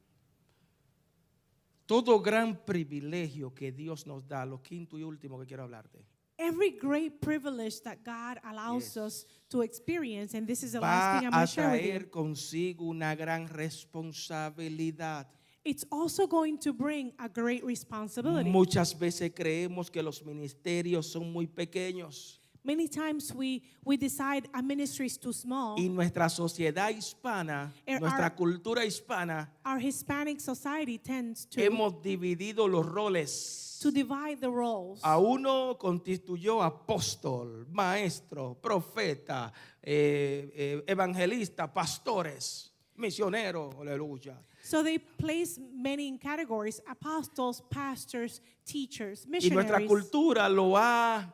Speaker 1: Todo gran privilegio que Dios nos da, lo quinto y último que quiero hablarte.
Speaker 2: Every great privilege that God allows
Speaker 1: Yes.
Speaker 2: us to experience, and this is the last
Speaker 1: va
Speaker 2: thing I'm going
Speaker 1: a
Speaker 2: to share with you,
Speaker 1: traer consigo una gran responsabilidad.
Speaker 2: It's also going to bring a great responsibility.
Speaker 1: Muchas veces creemos que los ministerios son muy pequeños
Speaker 2: Many times we, we decide a ministry is too small.
Speaker 1: y nuestra sociedad hispana,
Speaker 2: Er-
Speaker 1: nuestra
Speaker 2: are-
Speaker 1: cultura hispana,
Speaker 2: Our Hispanic society tends to,
Speaker 1: hemos dividido los roles.
Speaker 2: to divide the roles.
Speaker 1: A uno constituyó apóstol, maestro, profeta, eh, eh, evangelista, pastores, misionero, aleluya.
Speaker 2: So they place many in categories apostles, pastors, teachers,
Speaker 1: Y nuestra
Speaker 2: missionaries.
Speaker 1: cultura lo ha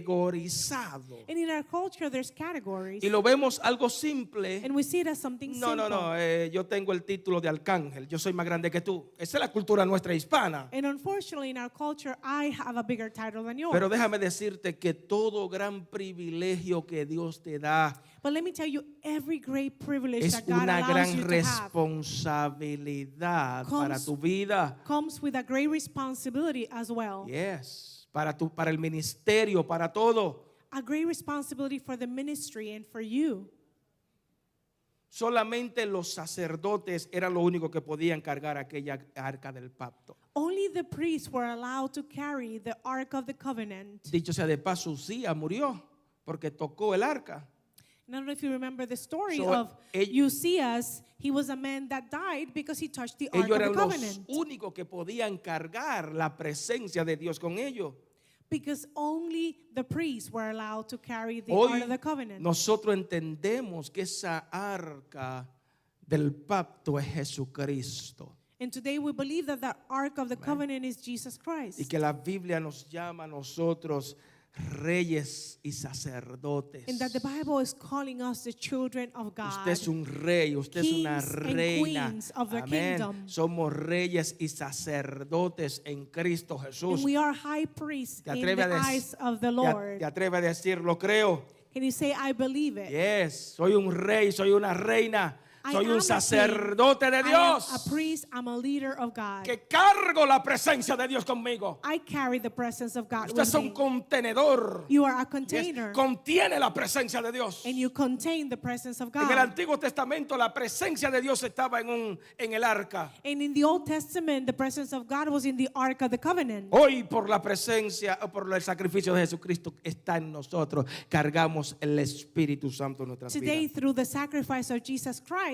Speaker 1: categorizado.
Speaker 2: And in our culture, there's categories.
Speaker 1: Y lo vemos algo simple.
Speaker 2: And we see it as something
Speaker 1: No, no,
Speaker 2: simple.
Speaker 1: no, eh, yo tengo el título de arcángel, yo soy más grande que tú. Esa es la cultura nuestra hispana.
Speaker 2: And unfortunately, in our culture, I have a bigger title than yours.
Speaker 1: Pero déjame decirte que todo gran privilegio que Dios te da
Speaker 2: but let me tell you, every great privilege
Speaker 1: es
Speaker 2: that God
Speaker 1: una
Speaker 2: allows
Speaker 1: gran
Speaker 2: you to have
Speaker 1: responsabilidad para
Speaker 2: Comes-
Speaker 1: tu vida.
Speaker 2: comes with a great responsibility as well.
Speaker 1: Yes, para tu para el ministerio, para todo.
Speaker 2: A great responsibility for the ministry and for you.
Speaker 1: Solamente los sacerdotes eran lo único que podían cargar aquella arca del pacto.
Speaker 2: Only the priests were allowed to carry the Ark of the Covenant.
Speaker 1: Dicho sea de paso, Usía murió porque tocó el arca.
Speaker 2: And I don't know if you remember the story
Speaker 1: So, eh,
Speaker 2: of
Speaker 1: ell-
Speaker 2: Uzzias. He was a man that died because he touched the Ark
Speaker 1: Ellos
Speaker 2: of the
Speaker 1: eran los
Speaker 2: Covenant.
Speaker 1: únicos que podían cargar la presencia de Dios con ellos.
Speaker 2: Because only the priests were allowed to carry the
Speaker 1: Hoy
Speaker 2: Ark of the Covenant.
Speaker 1: nosotros entendemos que esa arca del pacto es Jesucristo
Speaker 2: And today we believe that the Ark of the Covenant is Jesus Christ.
Speaker 1: y que la Biblia nos llama a nosotros reyes y sacerdotes.
Speaker 2: And that the Bible is calling us the children of God.
Speaker 1: Usted es un rey, usted es una
Speaker 2: Kings and
Speaker 1: reina.
Speaker 2: queens of the
Speaker 1: Amén.
Speaker 2: kingdom.
Speaker 1: Somos reyes y sacerdotes en Cristo Jesús.
Speaker 2: and we are high priests
Speaker 1: ¿Te
Speaker 2: in
Speaker 1: atreves
Speaker 2: the
Speaker 1: a dec-
Speaker 2: eyes of the
Speaker 1: te a-
Speaker 2: Lord.
Speaker 1: ¿Te atreves a decir, lo creo?
Speaker 2: Can you say, I believe it?
Speaker 1: Yes, soy un rey, soy una reina,
Speaker 2: Eh, I
Speaker 1: soy
Speaker 2: am a
Speaker 1: un
Speaker 2: king.
Speaker 1: sacerdote de Dios
Speaker 2: I am a priest. I'm a leader of God.
Speaker 1: que cargo la presencia de Dios conmigo.
Speaker 2: I carry the presence of God.
Speaker 1: Usted es
Speaker 2: With
Speaker 1: un
Speaker 2: me.
Speaker 1: contenedor.
Speaker 2: You are a
Speaker 1: Yes,
Speaker 2: container,
Speaker 1: Contiene la presencia de Dios.
Speaker 2: and you contain the presence of
Speaker 1: En el
Speaker 2: God.
Speaker 1: Antiguo Testamento la presencia de Dios estaba en un en el arca.
Speaker 2: And in the Old Testament, the presence of God was in the Ark of the Covenant.
Speaker 1: Hoy por la presencia, por el sacrificio de Jesucristo está en nosotros, cargamos el Espíritu Santo en nuestras
Speaker 2: Today,
Speaker 1: vidas.
Speaker 2: through the sacrifice of Jesus Christ,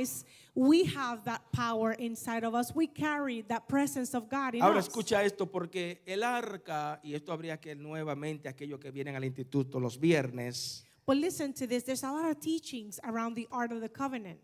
Speaker 2: we have that power inside of us. We carry that presence of God in
Speaker 1: Ahora
Speaker 2: us.
Speaker 1: escucha esto porque el arca, y esto habría que nuevamente aquellos que vienen al instituto los viernes,
Speaker 2: But listen to this. There's a lot of teachings around the Ark of the Covenant.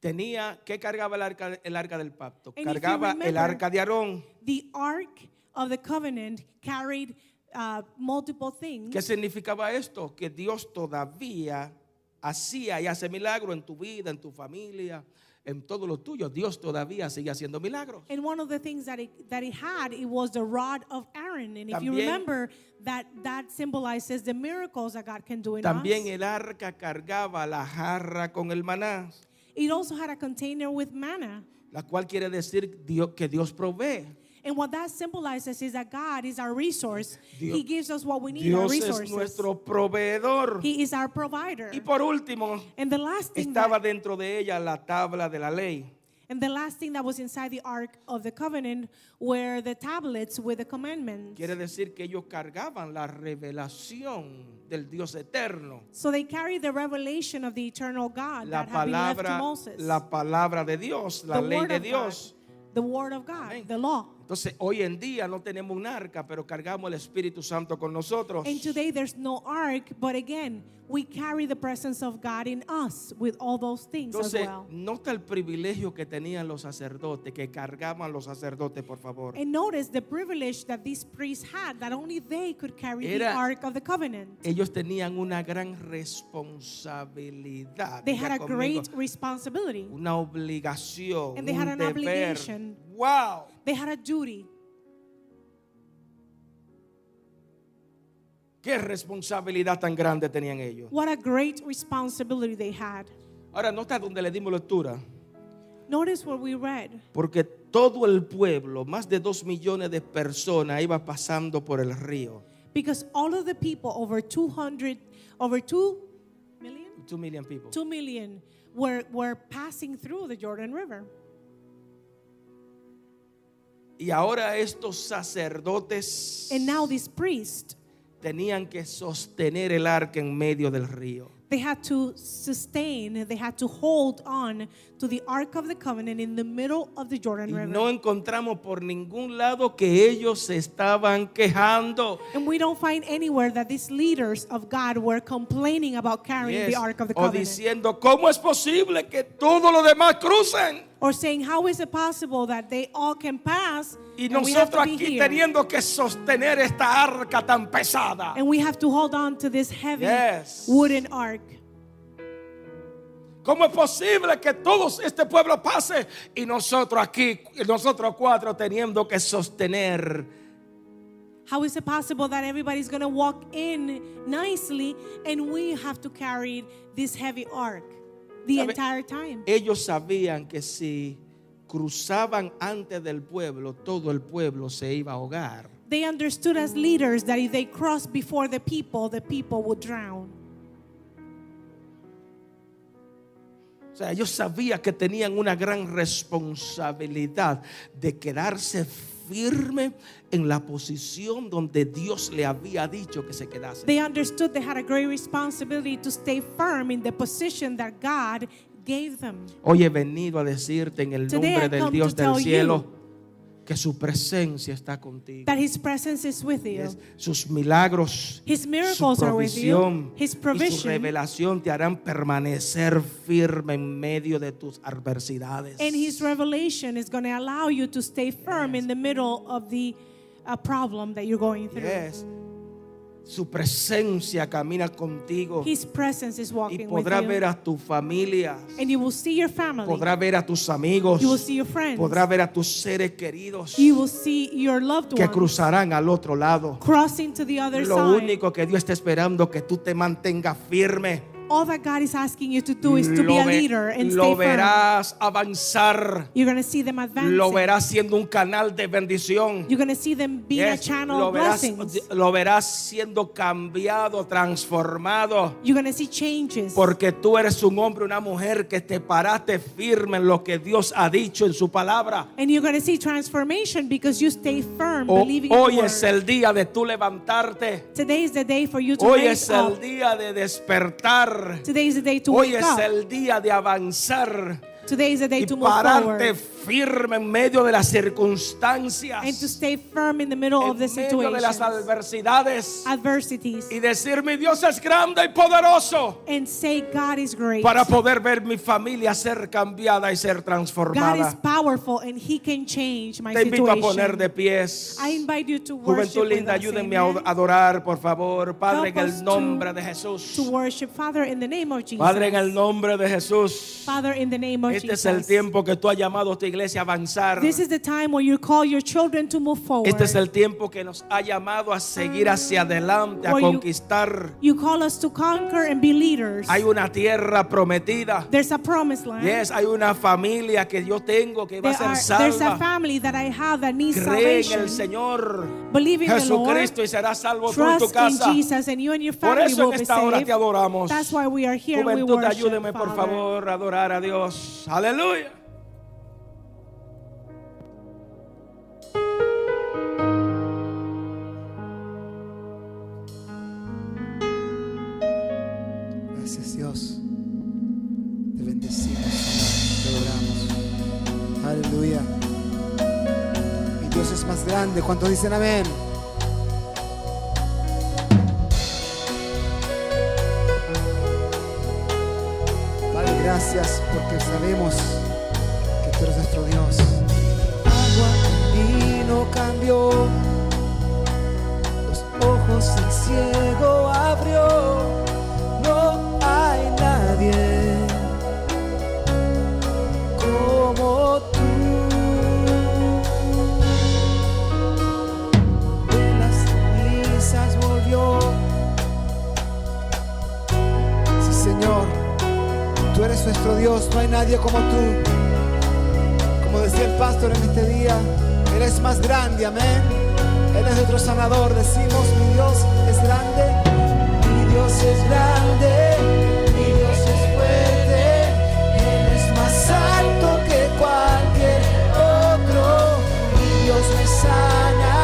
Speaker 1: tenía, ¿qué cargaba el arca, el arca del pacto?
Speaker 2: And if you
Speaker 1: Cargaba el
Speaker 2: remember-
Speaker 1: arca de Aarón.
Speaker 2: The Ark of the Covenant carried uh, multiple things.
Speaker 1: ¿Qué significaba esto? Que Dios todavía hacía y hace milagro en tu vida, en tu familia, en todo lo tuyo. Dios todavía sigue haciendo milagros.
Speaker 2: And one of the things that it, that it had, it was the rod of Aaron. And if you
Speaker 1: También-
Speaker 2: remember, that that symbolizes the miracles that God can do in
Speaker 1: También
Speaker 2: us.
Speaker 1: el arca cargaba la jarra con el maná,
Speaker 2: It also had a container with manna.
Speaker 1: la cual quiere decir Dio- que Dios provee.
Speaker 2: And what that symbolizes is that God is our resource.
Speaker 1: Dios-
Speaker 2: he gives us what we need, our
Speaker 1: Dios es
Speaker 2: resources.
Speaker 1: nuestro proveedor.
Speaker 2: he is our provider.
Speaker 1: Y por último,
Speaker 2: and the last thing
Speaker 1: estaba
Speaker 2: that,
Speaker 1: dentro de ella la tabla de la ley.
Speaker 2: and the last thing that was inside the ark of the covenant were the tablets with the commandments.
Speaker 1: Quiere decir que ellos cargaban la revelación del Dios eterno.
Speaker 2: so they carry the revelation of the eternal God
Speaker 1: La
Speaker 2: that had been left to
Speaker 1: palabra,
Speaker 2: Moses.
Speaker 1: la palabra de Dios, la
Speaker 2: the
Speaker 1: ley
Speaker 2: word
Speaker 1: de
Speaker 2: of
Speaker 1: Dios.
Speaker 2: God, the word of God,
Speaker 1: Amén.
Speaker 2: the law.
Speaker 1: Entonces, hoy en día no tenemos un arca, pero cargamos el Espíritu Santo con nosotros.
Speaker 2: And today there's no ark, but again, we carry the presence of God in us with all those things as
Speaker 1: Entonces,
Speaker 2: well.
Speaker 1: nota el privilegio que tenían los sacerdotes, que cargaban los sacerdotes, por favor.
Speaker 2: And notice the privilege that these priests had that only they could carry the
Speaker 1: Era-
Speaker 2: ark of the covenant.
Speaker 1: Ellos tenían una gran responsabilidad.
Speaker 2: They
Speaker 1: Diga
Speaker 2: had a
Speaker 1: conmigo,
Speaker 2: great responsibility.
Speaker 1: una obligación,
Speaker 2: And they
Speaker 1: un
Speaker 2: had an
Speaker 1: deber.
Speaker 2: obligation.
Speaker 1: Wow.
Speaker 2: They had a duty.
Speaker 1: Qué responsabilidad tan grande tenían ellos.
Speaker 2: What a great responsibility they had.
Speaker 1: Ahora nota donde le dimos lectura,
Speaker 2: Notice what we read.
Speaker 1: porque todo el pueblo, más de dos millones de personas, iba pasando por el río.
Speaker 2: Because all of the people over 200 over 2 million
Speaker 1: Two million people.
Speaker 2: 2 million were, were passing through the Jordan River.
Speaker 1: Y ahora estos sacerdotes
Speaker 2: And now these priests,
Speaker 1: tenían que sostener el arca en medio del río.
Speaker 2: they had to sustain, they had to hold on to the Ark of the Covenant in the middle of the
Speaker 1: Y
Speaker 2: Jordan River.
Speaker 1: no encontramos por ningún lado que ellos se estaban quejando.
Speaker 2: and we don't find anywhere that these leaders of God were complaining about carrying
Speaker 1: Yes,
Speaker 2: the Ark of the
Speaker 1: O
Speaker 2: Covenant.
Speaker 1: diciendo, ¿cómo es posible que todos los demás crucen?
Speaker 2: or saying, How is it possible that they all can pass?
Speaker 1: Y
Speaker 2: and we have to
Speaker 1: nosotros
Speaker 2: be
Speaker 1: aquí
Speaker 2: here,
Speaker 1: teniendo que sostener esta arca tan pesada.
Speaker 2: And we have to hold on to this heavy
Speaker 1: Yes.
Speaker 2: wooden ark.
Speaker 1: ¿Cómo es posible que todo este pueblo pase y nosotros aquí, nosotros cuatro teniendo que sostener?
Speaker 2: How is it possible that everybody's going to walk in nicely and we have to carry this heavy ark the
Speaker 1: Sabe-
Speaker 2: entire time?
Speaker 1: Ellos sabían que si cruzaban antes del pueblo, todo el pueblo se iba a ahogar.
Speaker 2: They understood as leaders that if they crossed before the people, the people would drown.
Speaker 1: O sea, ellos sabían que tenían una gran responsabilidad de quedarse firme en la posición donde Dios le había dicho que se quedase.
Speaker 2: They understood they had a great responsibility to stay firm in the position that God gave them.
Speaker 1: Hoy he venido a decirte en el
Speaker 2: Today
Speaker 1: nombre
Speaker 2: I
Speaker 1: del
Speaker 2: come
Speaker 1: Dios
Speaker 2: to
Speaker 1: del
Speaker 2: tell
Speaker 1: cielo que su presencia está contigo.
Speaker 2: That His presence is with you.
Speaker 1: Yes. Sus milagros,
Speaker 2: His
Speaker 1: su
Speaker 2: miracles are with you.
Speaker 1: provisión
Speaker 2: His
Speaker 1: y su
Speaker 2: provision.
Speaker 1: revelación te harán permanecer firme en medio de tus adversidades.
Speaker 2: And his revelation is going to allow you to stay firm in the middle of the uh, problem that you're going through.
Speaker 1: Yes. Su presencia camina contigo
Speaker 2: His presence is
Speaker 1: y
Speaker 2: walking with
Speaker 1: podrás ver
Speaker 2: you.
Speaker 1: a tu familia,
Speaker 2: And you will see your family.
Speaker 1: podrás ver a tus amigos,
Speaker 2: you will see your friends.
Speaker 1: podrás ver a tus seres queridos
Speaker 2: you will see your loved
Speaker 1: que
Speaker 2: ones
Speaker 1: cruzarán al otro lado.
Speaker 2: crossing to the other
Speaker 1: Lo
Speaker 2: side.
Speaker 1: único que Dios está esperando que tú te mantengas firme.
Speaker 2: All that God is asking you to do is to be
Speaker 1: lo
Speaker 2: a
Speaker 1: ve-
Speaker 2: leader and
Speaker 1: lo
Speaker 2: stay firm.
Speaker 1: verás avanzar.
Speaker 2: You're going to see them advancing.
Speaker 1: Lo verás siendo un canal de bendición.
Speaker 2: You're going to see them being
Speaker 1: Yes,
Speaker 2: a channel
Speaker 1: lo,
Speaker 2: of
Speaker 1: verás,
Speaker 2: blessings.
Speaker 1: lo verás siendo cambiado, transformado.
Speaker 2: You're going to see changes.
Speaker 1: Porque tú eres un hombre, una mujer que te paraste firme en lo que Dios ha dicho en su palabra.
Speaker 2: and you're going to see transformation because you stay firm,
Speaker 1: O-
Speaker 2: believing in the
Speaker 1: hoy
Speaker 2: word.
Speaker 1: es el día de tú levantarte.
Speaker 2: Today is the day for you to
Speaker 1: Hoy
Speaker 2: rise
Speaker 1: es
Speaker 2: up.
Speaker 1: el día de despertar.
Speaker 2: Today is the day to
Speaker 1: Hoy
Speaker 2: wake
Speaker 1: es
Speaker 2: up.
Speaker 1: el día de avanzar.
Speaker 2: Today is the day
Speaker 1: y
Speaker 2: to move forward
Speaker 1: pararte firme en medio de las circunstancias,
Speaker 2: and to stay firm in the middle
Speaker 1: en
Speaker 2: of the
Speaker 1: medio de las
Speaker 2: situation,
Speaker 1: adversidades
Speaker 2: adversities,
Speaker 1: y decir mi Dios es grande y poderoso
Speaker 2: and say God is great.
Speaker 1: para poder ver mi familia ser cambiada y ser
Speaker 2: God is
Speaker 1: transformada.
Speaker 2: powerful and He can change my
Speaker 1: Te invito a poner de
Speaker 2: situation.
Speaker 1: pies.
Speaker 2: I invite you to worship
Speaker 1: Juventud
Speaker 2: with
Speaker 1: linda,
Speaker 2: us,
Speaker 1: ayúdenme a
Speaker 2: amen,
Speaker 1: adorar, por favor. Padre, en
Speaker 2: Help us
Speaker 1: el
Speaker 2: to-
Speaker 1: nombre de
Speaker 2: to
Speaker 1: Jesús.
Speaker 2: worship Father in the name of Jesus.
Speaker 1: Padre, en el nombre de Jesús.
Speaker 2: Father in the name of
Speaker 1: Este es el
Speaker 2: Jesus.
Speaker 1: tiempo que tú has llamado a esta iglesia a avanzar.
Speaker 2: This is the time when you call your children to move forward.
Speaker 1: Este es el tiempo que nos ha llamado a seguir hacia adelante, a
Speaker 2: Where Ah, you-
Speaker 1: conquistar.
Speaker 2: you call us to conquer and be leaders.
Speaker 1: Hay una tierra prometida.
Speaker 2: There's a promised land.
Speaker 1: Yes, hay una familia que yo tengo que va a
Speaker 2: There
Speaker 1: ser
Speaker 2: are- there's a
Speaker 1: salva.
Speaker 2: family that I have that needs
Speaker 1: Cree en el
Speaker 2: salvation.
Speaker 1: Señor
Speaker 2: Believe in the Lord.
Speaker 1: Jesucristo y serás salvo tú en tu
Speaker 2: Trust in
Speaker 1: casa.
Speaker 2: Jesus and you and your
Speaker 1: Por
Speaker 2: family
Speaker 1: eso
Speaker 2: will
Speaker 1: en
Speaker 2: be
Speaker 1: esta hora
Speaker 2: saved.
Speaker 1: te adoramos.
Speaker 2: That's why we are here and we
Speaker 1: Juventud,
Speaker 2: worship,
Speaker 1: ayúdeme por
Speaker 2: Father.
Speaker 1: favor a adorar a Dios. Aleluya.
Speaker 3: Gracias Dios. Te bendecimos, Señor. te adoramos. Aleluya. Mi Dios es más grande. ¿Cuántos dicen amén? Padre, gracias porque sabemos que tú eres nuestro Dios. Agua en vino cambió, los ojos del ciego abrió no hay nadie como tú. De las cenizas volvió. Sí, Señor, tú eres nuestro Dios, no hay nadie como tú. Como decía el pastor en este día, Él es más grande, amén. Él es nuestro sanador, decimos, mi Dios es grande. Mi Dios es grande, mi Dios es fuerte, Él es más alto que cualquier otro. Mi Dios me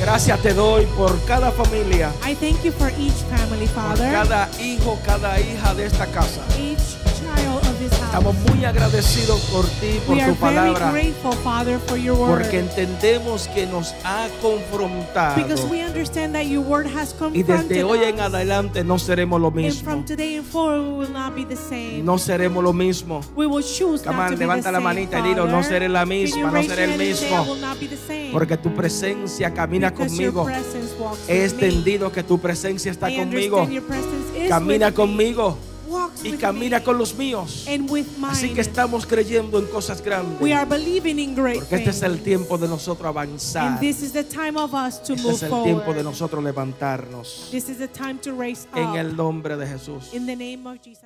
Speaker 1: Gracias te doy por cada familia,
Speaker 2: I thank you for each family,
Speaker 1: por
Speaker 2: Father,
Speaker 1: cada hijo, cada hija de esta casa.
Speaker 2: each child of this
Speaker 1: Estamos
Speaker 2: house.
Speaker 1: muy agradecidos por ti, por
Speaker 2: We are
Speaker 1: tu
Speaker 2: very
Speaker 1: palabra,
Speaker 2: grateful, Father, for your word.
Speaker 1: porque entendemos que nos ha confrontado
Speaker 2: Because we understand that your word has
Speaker 1: y
Speaker 2: confronted
Speaker 1: desde hoy en
Speaker 2: us.
Speaker 1: adelante no seremos lo
Speaker 2: And from
Speaker 1: mismo.
Speaker 2: today and forward, we will not be the same.
Speaker 1: No seremos lo mismo.
Speaker 2: We will choose
Speaker 1: Come
Speaker 2: not
Speaker 1: on,
Speaker 2: to be the
Speaker 1: levanta la
Speaker 2: same,
Speaker 1: manita y dilo, no
Speaker 2: Father.
Speaker 1: seré la
Speaker 2: Can you
Speaker 1: misma, no
Speaker 2: raise
Speaker 1: seré
Speaker 2: your
Speaker 1: el
Speaker 2: hand and say, I
Speaker 1: mismo.
Speaker 2: will not be the same?
Speaker 1: Porque tu presencia camina
Speaker 2: Because your
Speaker 1: conmigo.
Speaker 2: presence walks
Speaker 1: He
Speaker 2: with me.
Speaker 1: extendido que tu presencia está
Speaker 2: I
Speaker 1: conmigo.
Speaker 2: understand your presence is
Speaker 1: Camina
Speaker 2: with me,
Speaker 1: conmigo
Speaker 2: walks
Speaker 1: y
Speaker 2: with
Speaker 1: camina
Speaker 2: me,
Speaker 1: con los míos.
Speaker 2: and with mine.
Speaker 1: Así que estamos creyendo en cosas grandes.
Speaker 2: We are believing in great
Speaker 1: Porque este es
Speaker 2: things.
Speaker 1: el tiempo de nosotros avanzar.
Speaker 2: And this is the time of us to
Speaker 1: Este
Speaker 2: move
Speaker 1: es el
Speaker 2: forward.
Speaker 1: tiempo de nosotros levantarnos.
Speaker 2: This is the time to raise
Speaker 1: En
Speaker 2: up.
Speaker 1: el nombre de Jesús.
Speaker 2: In the name of Jesus.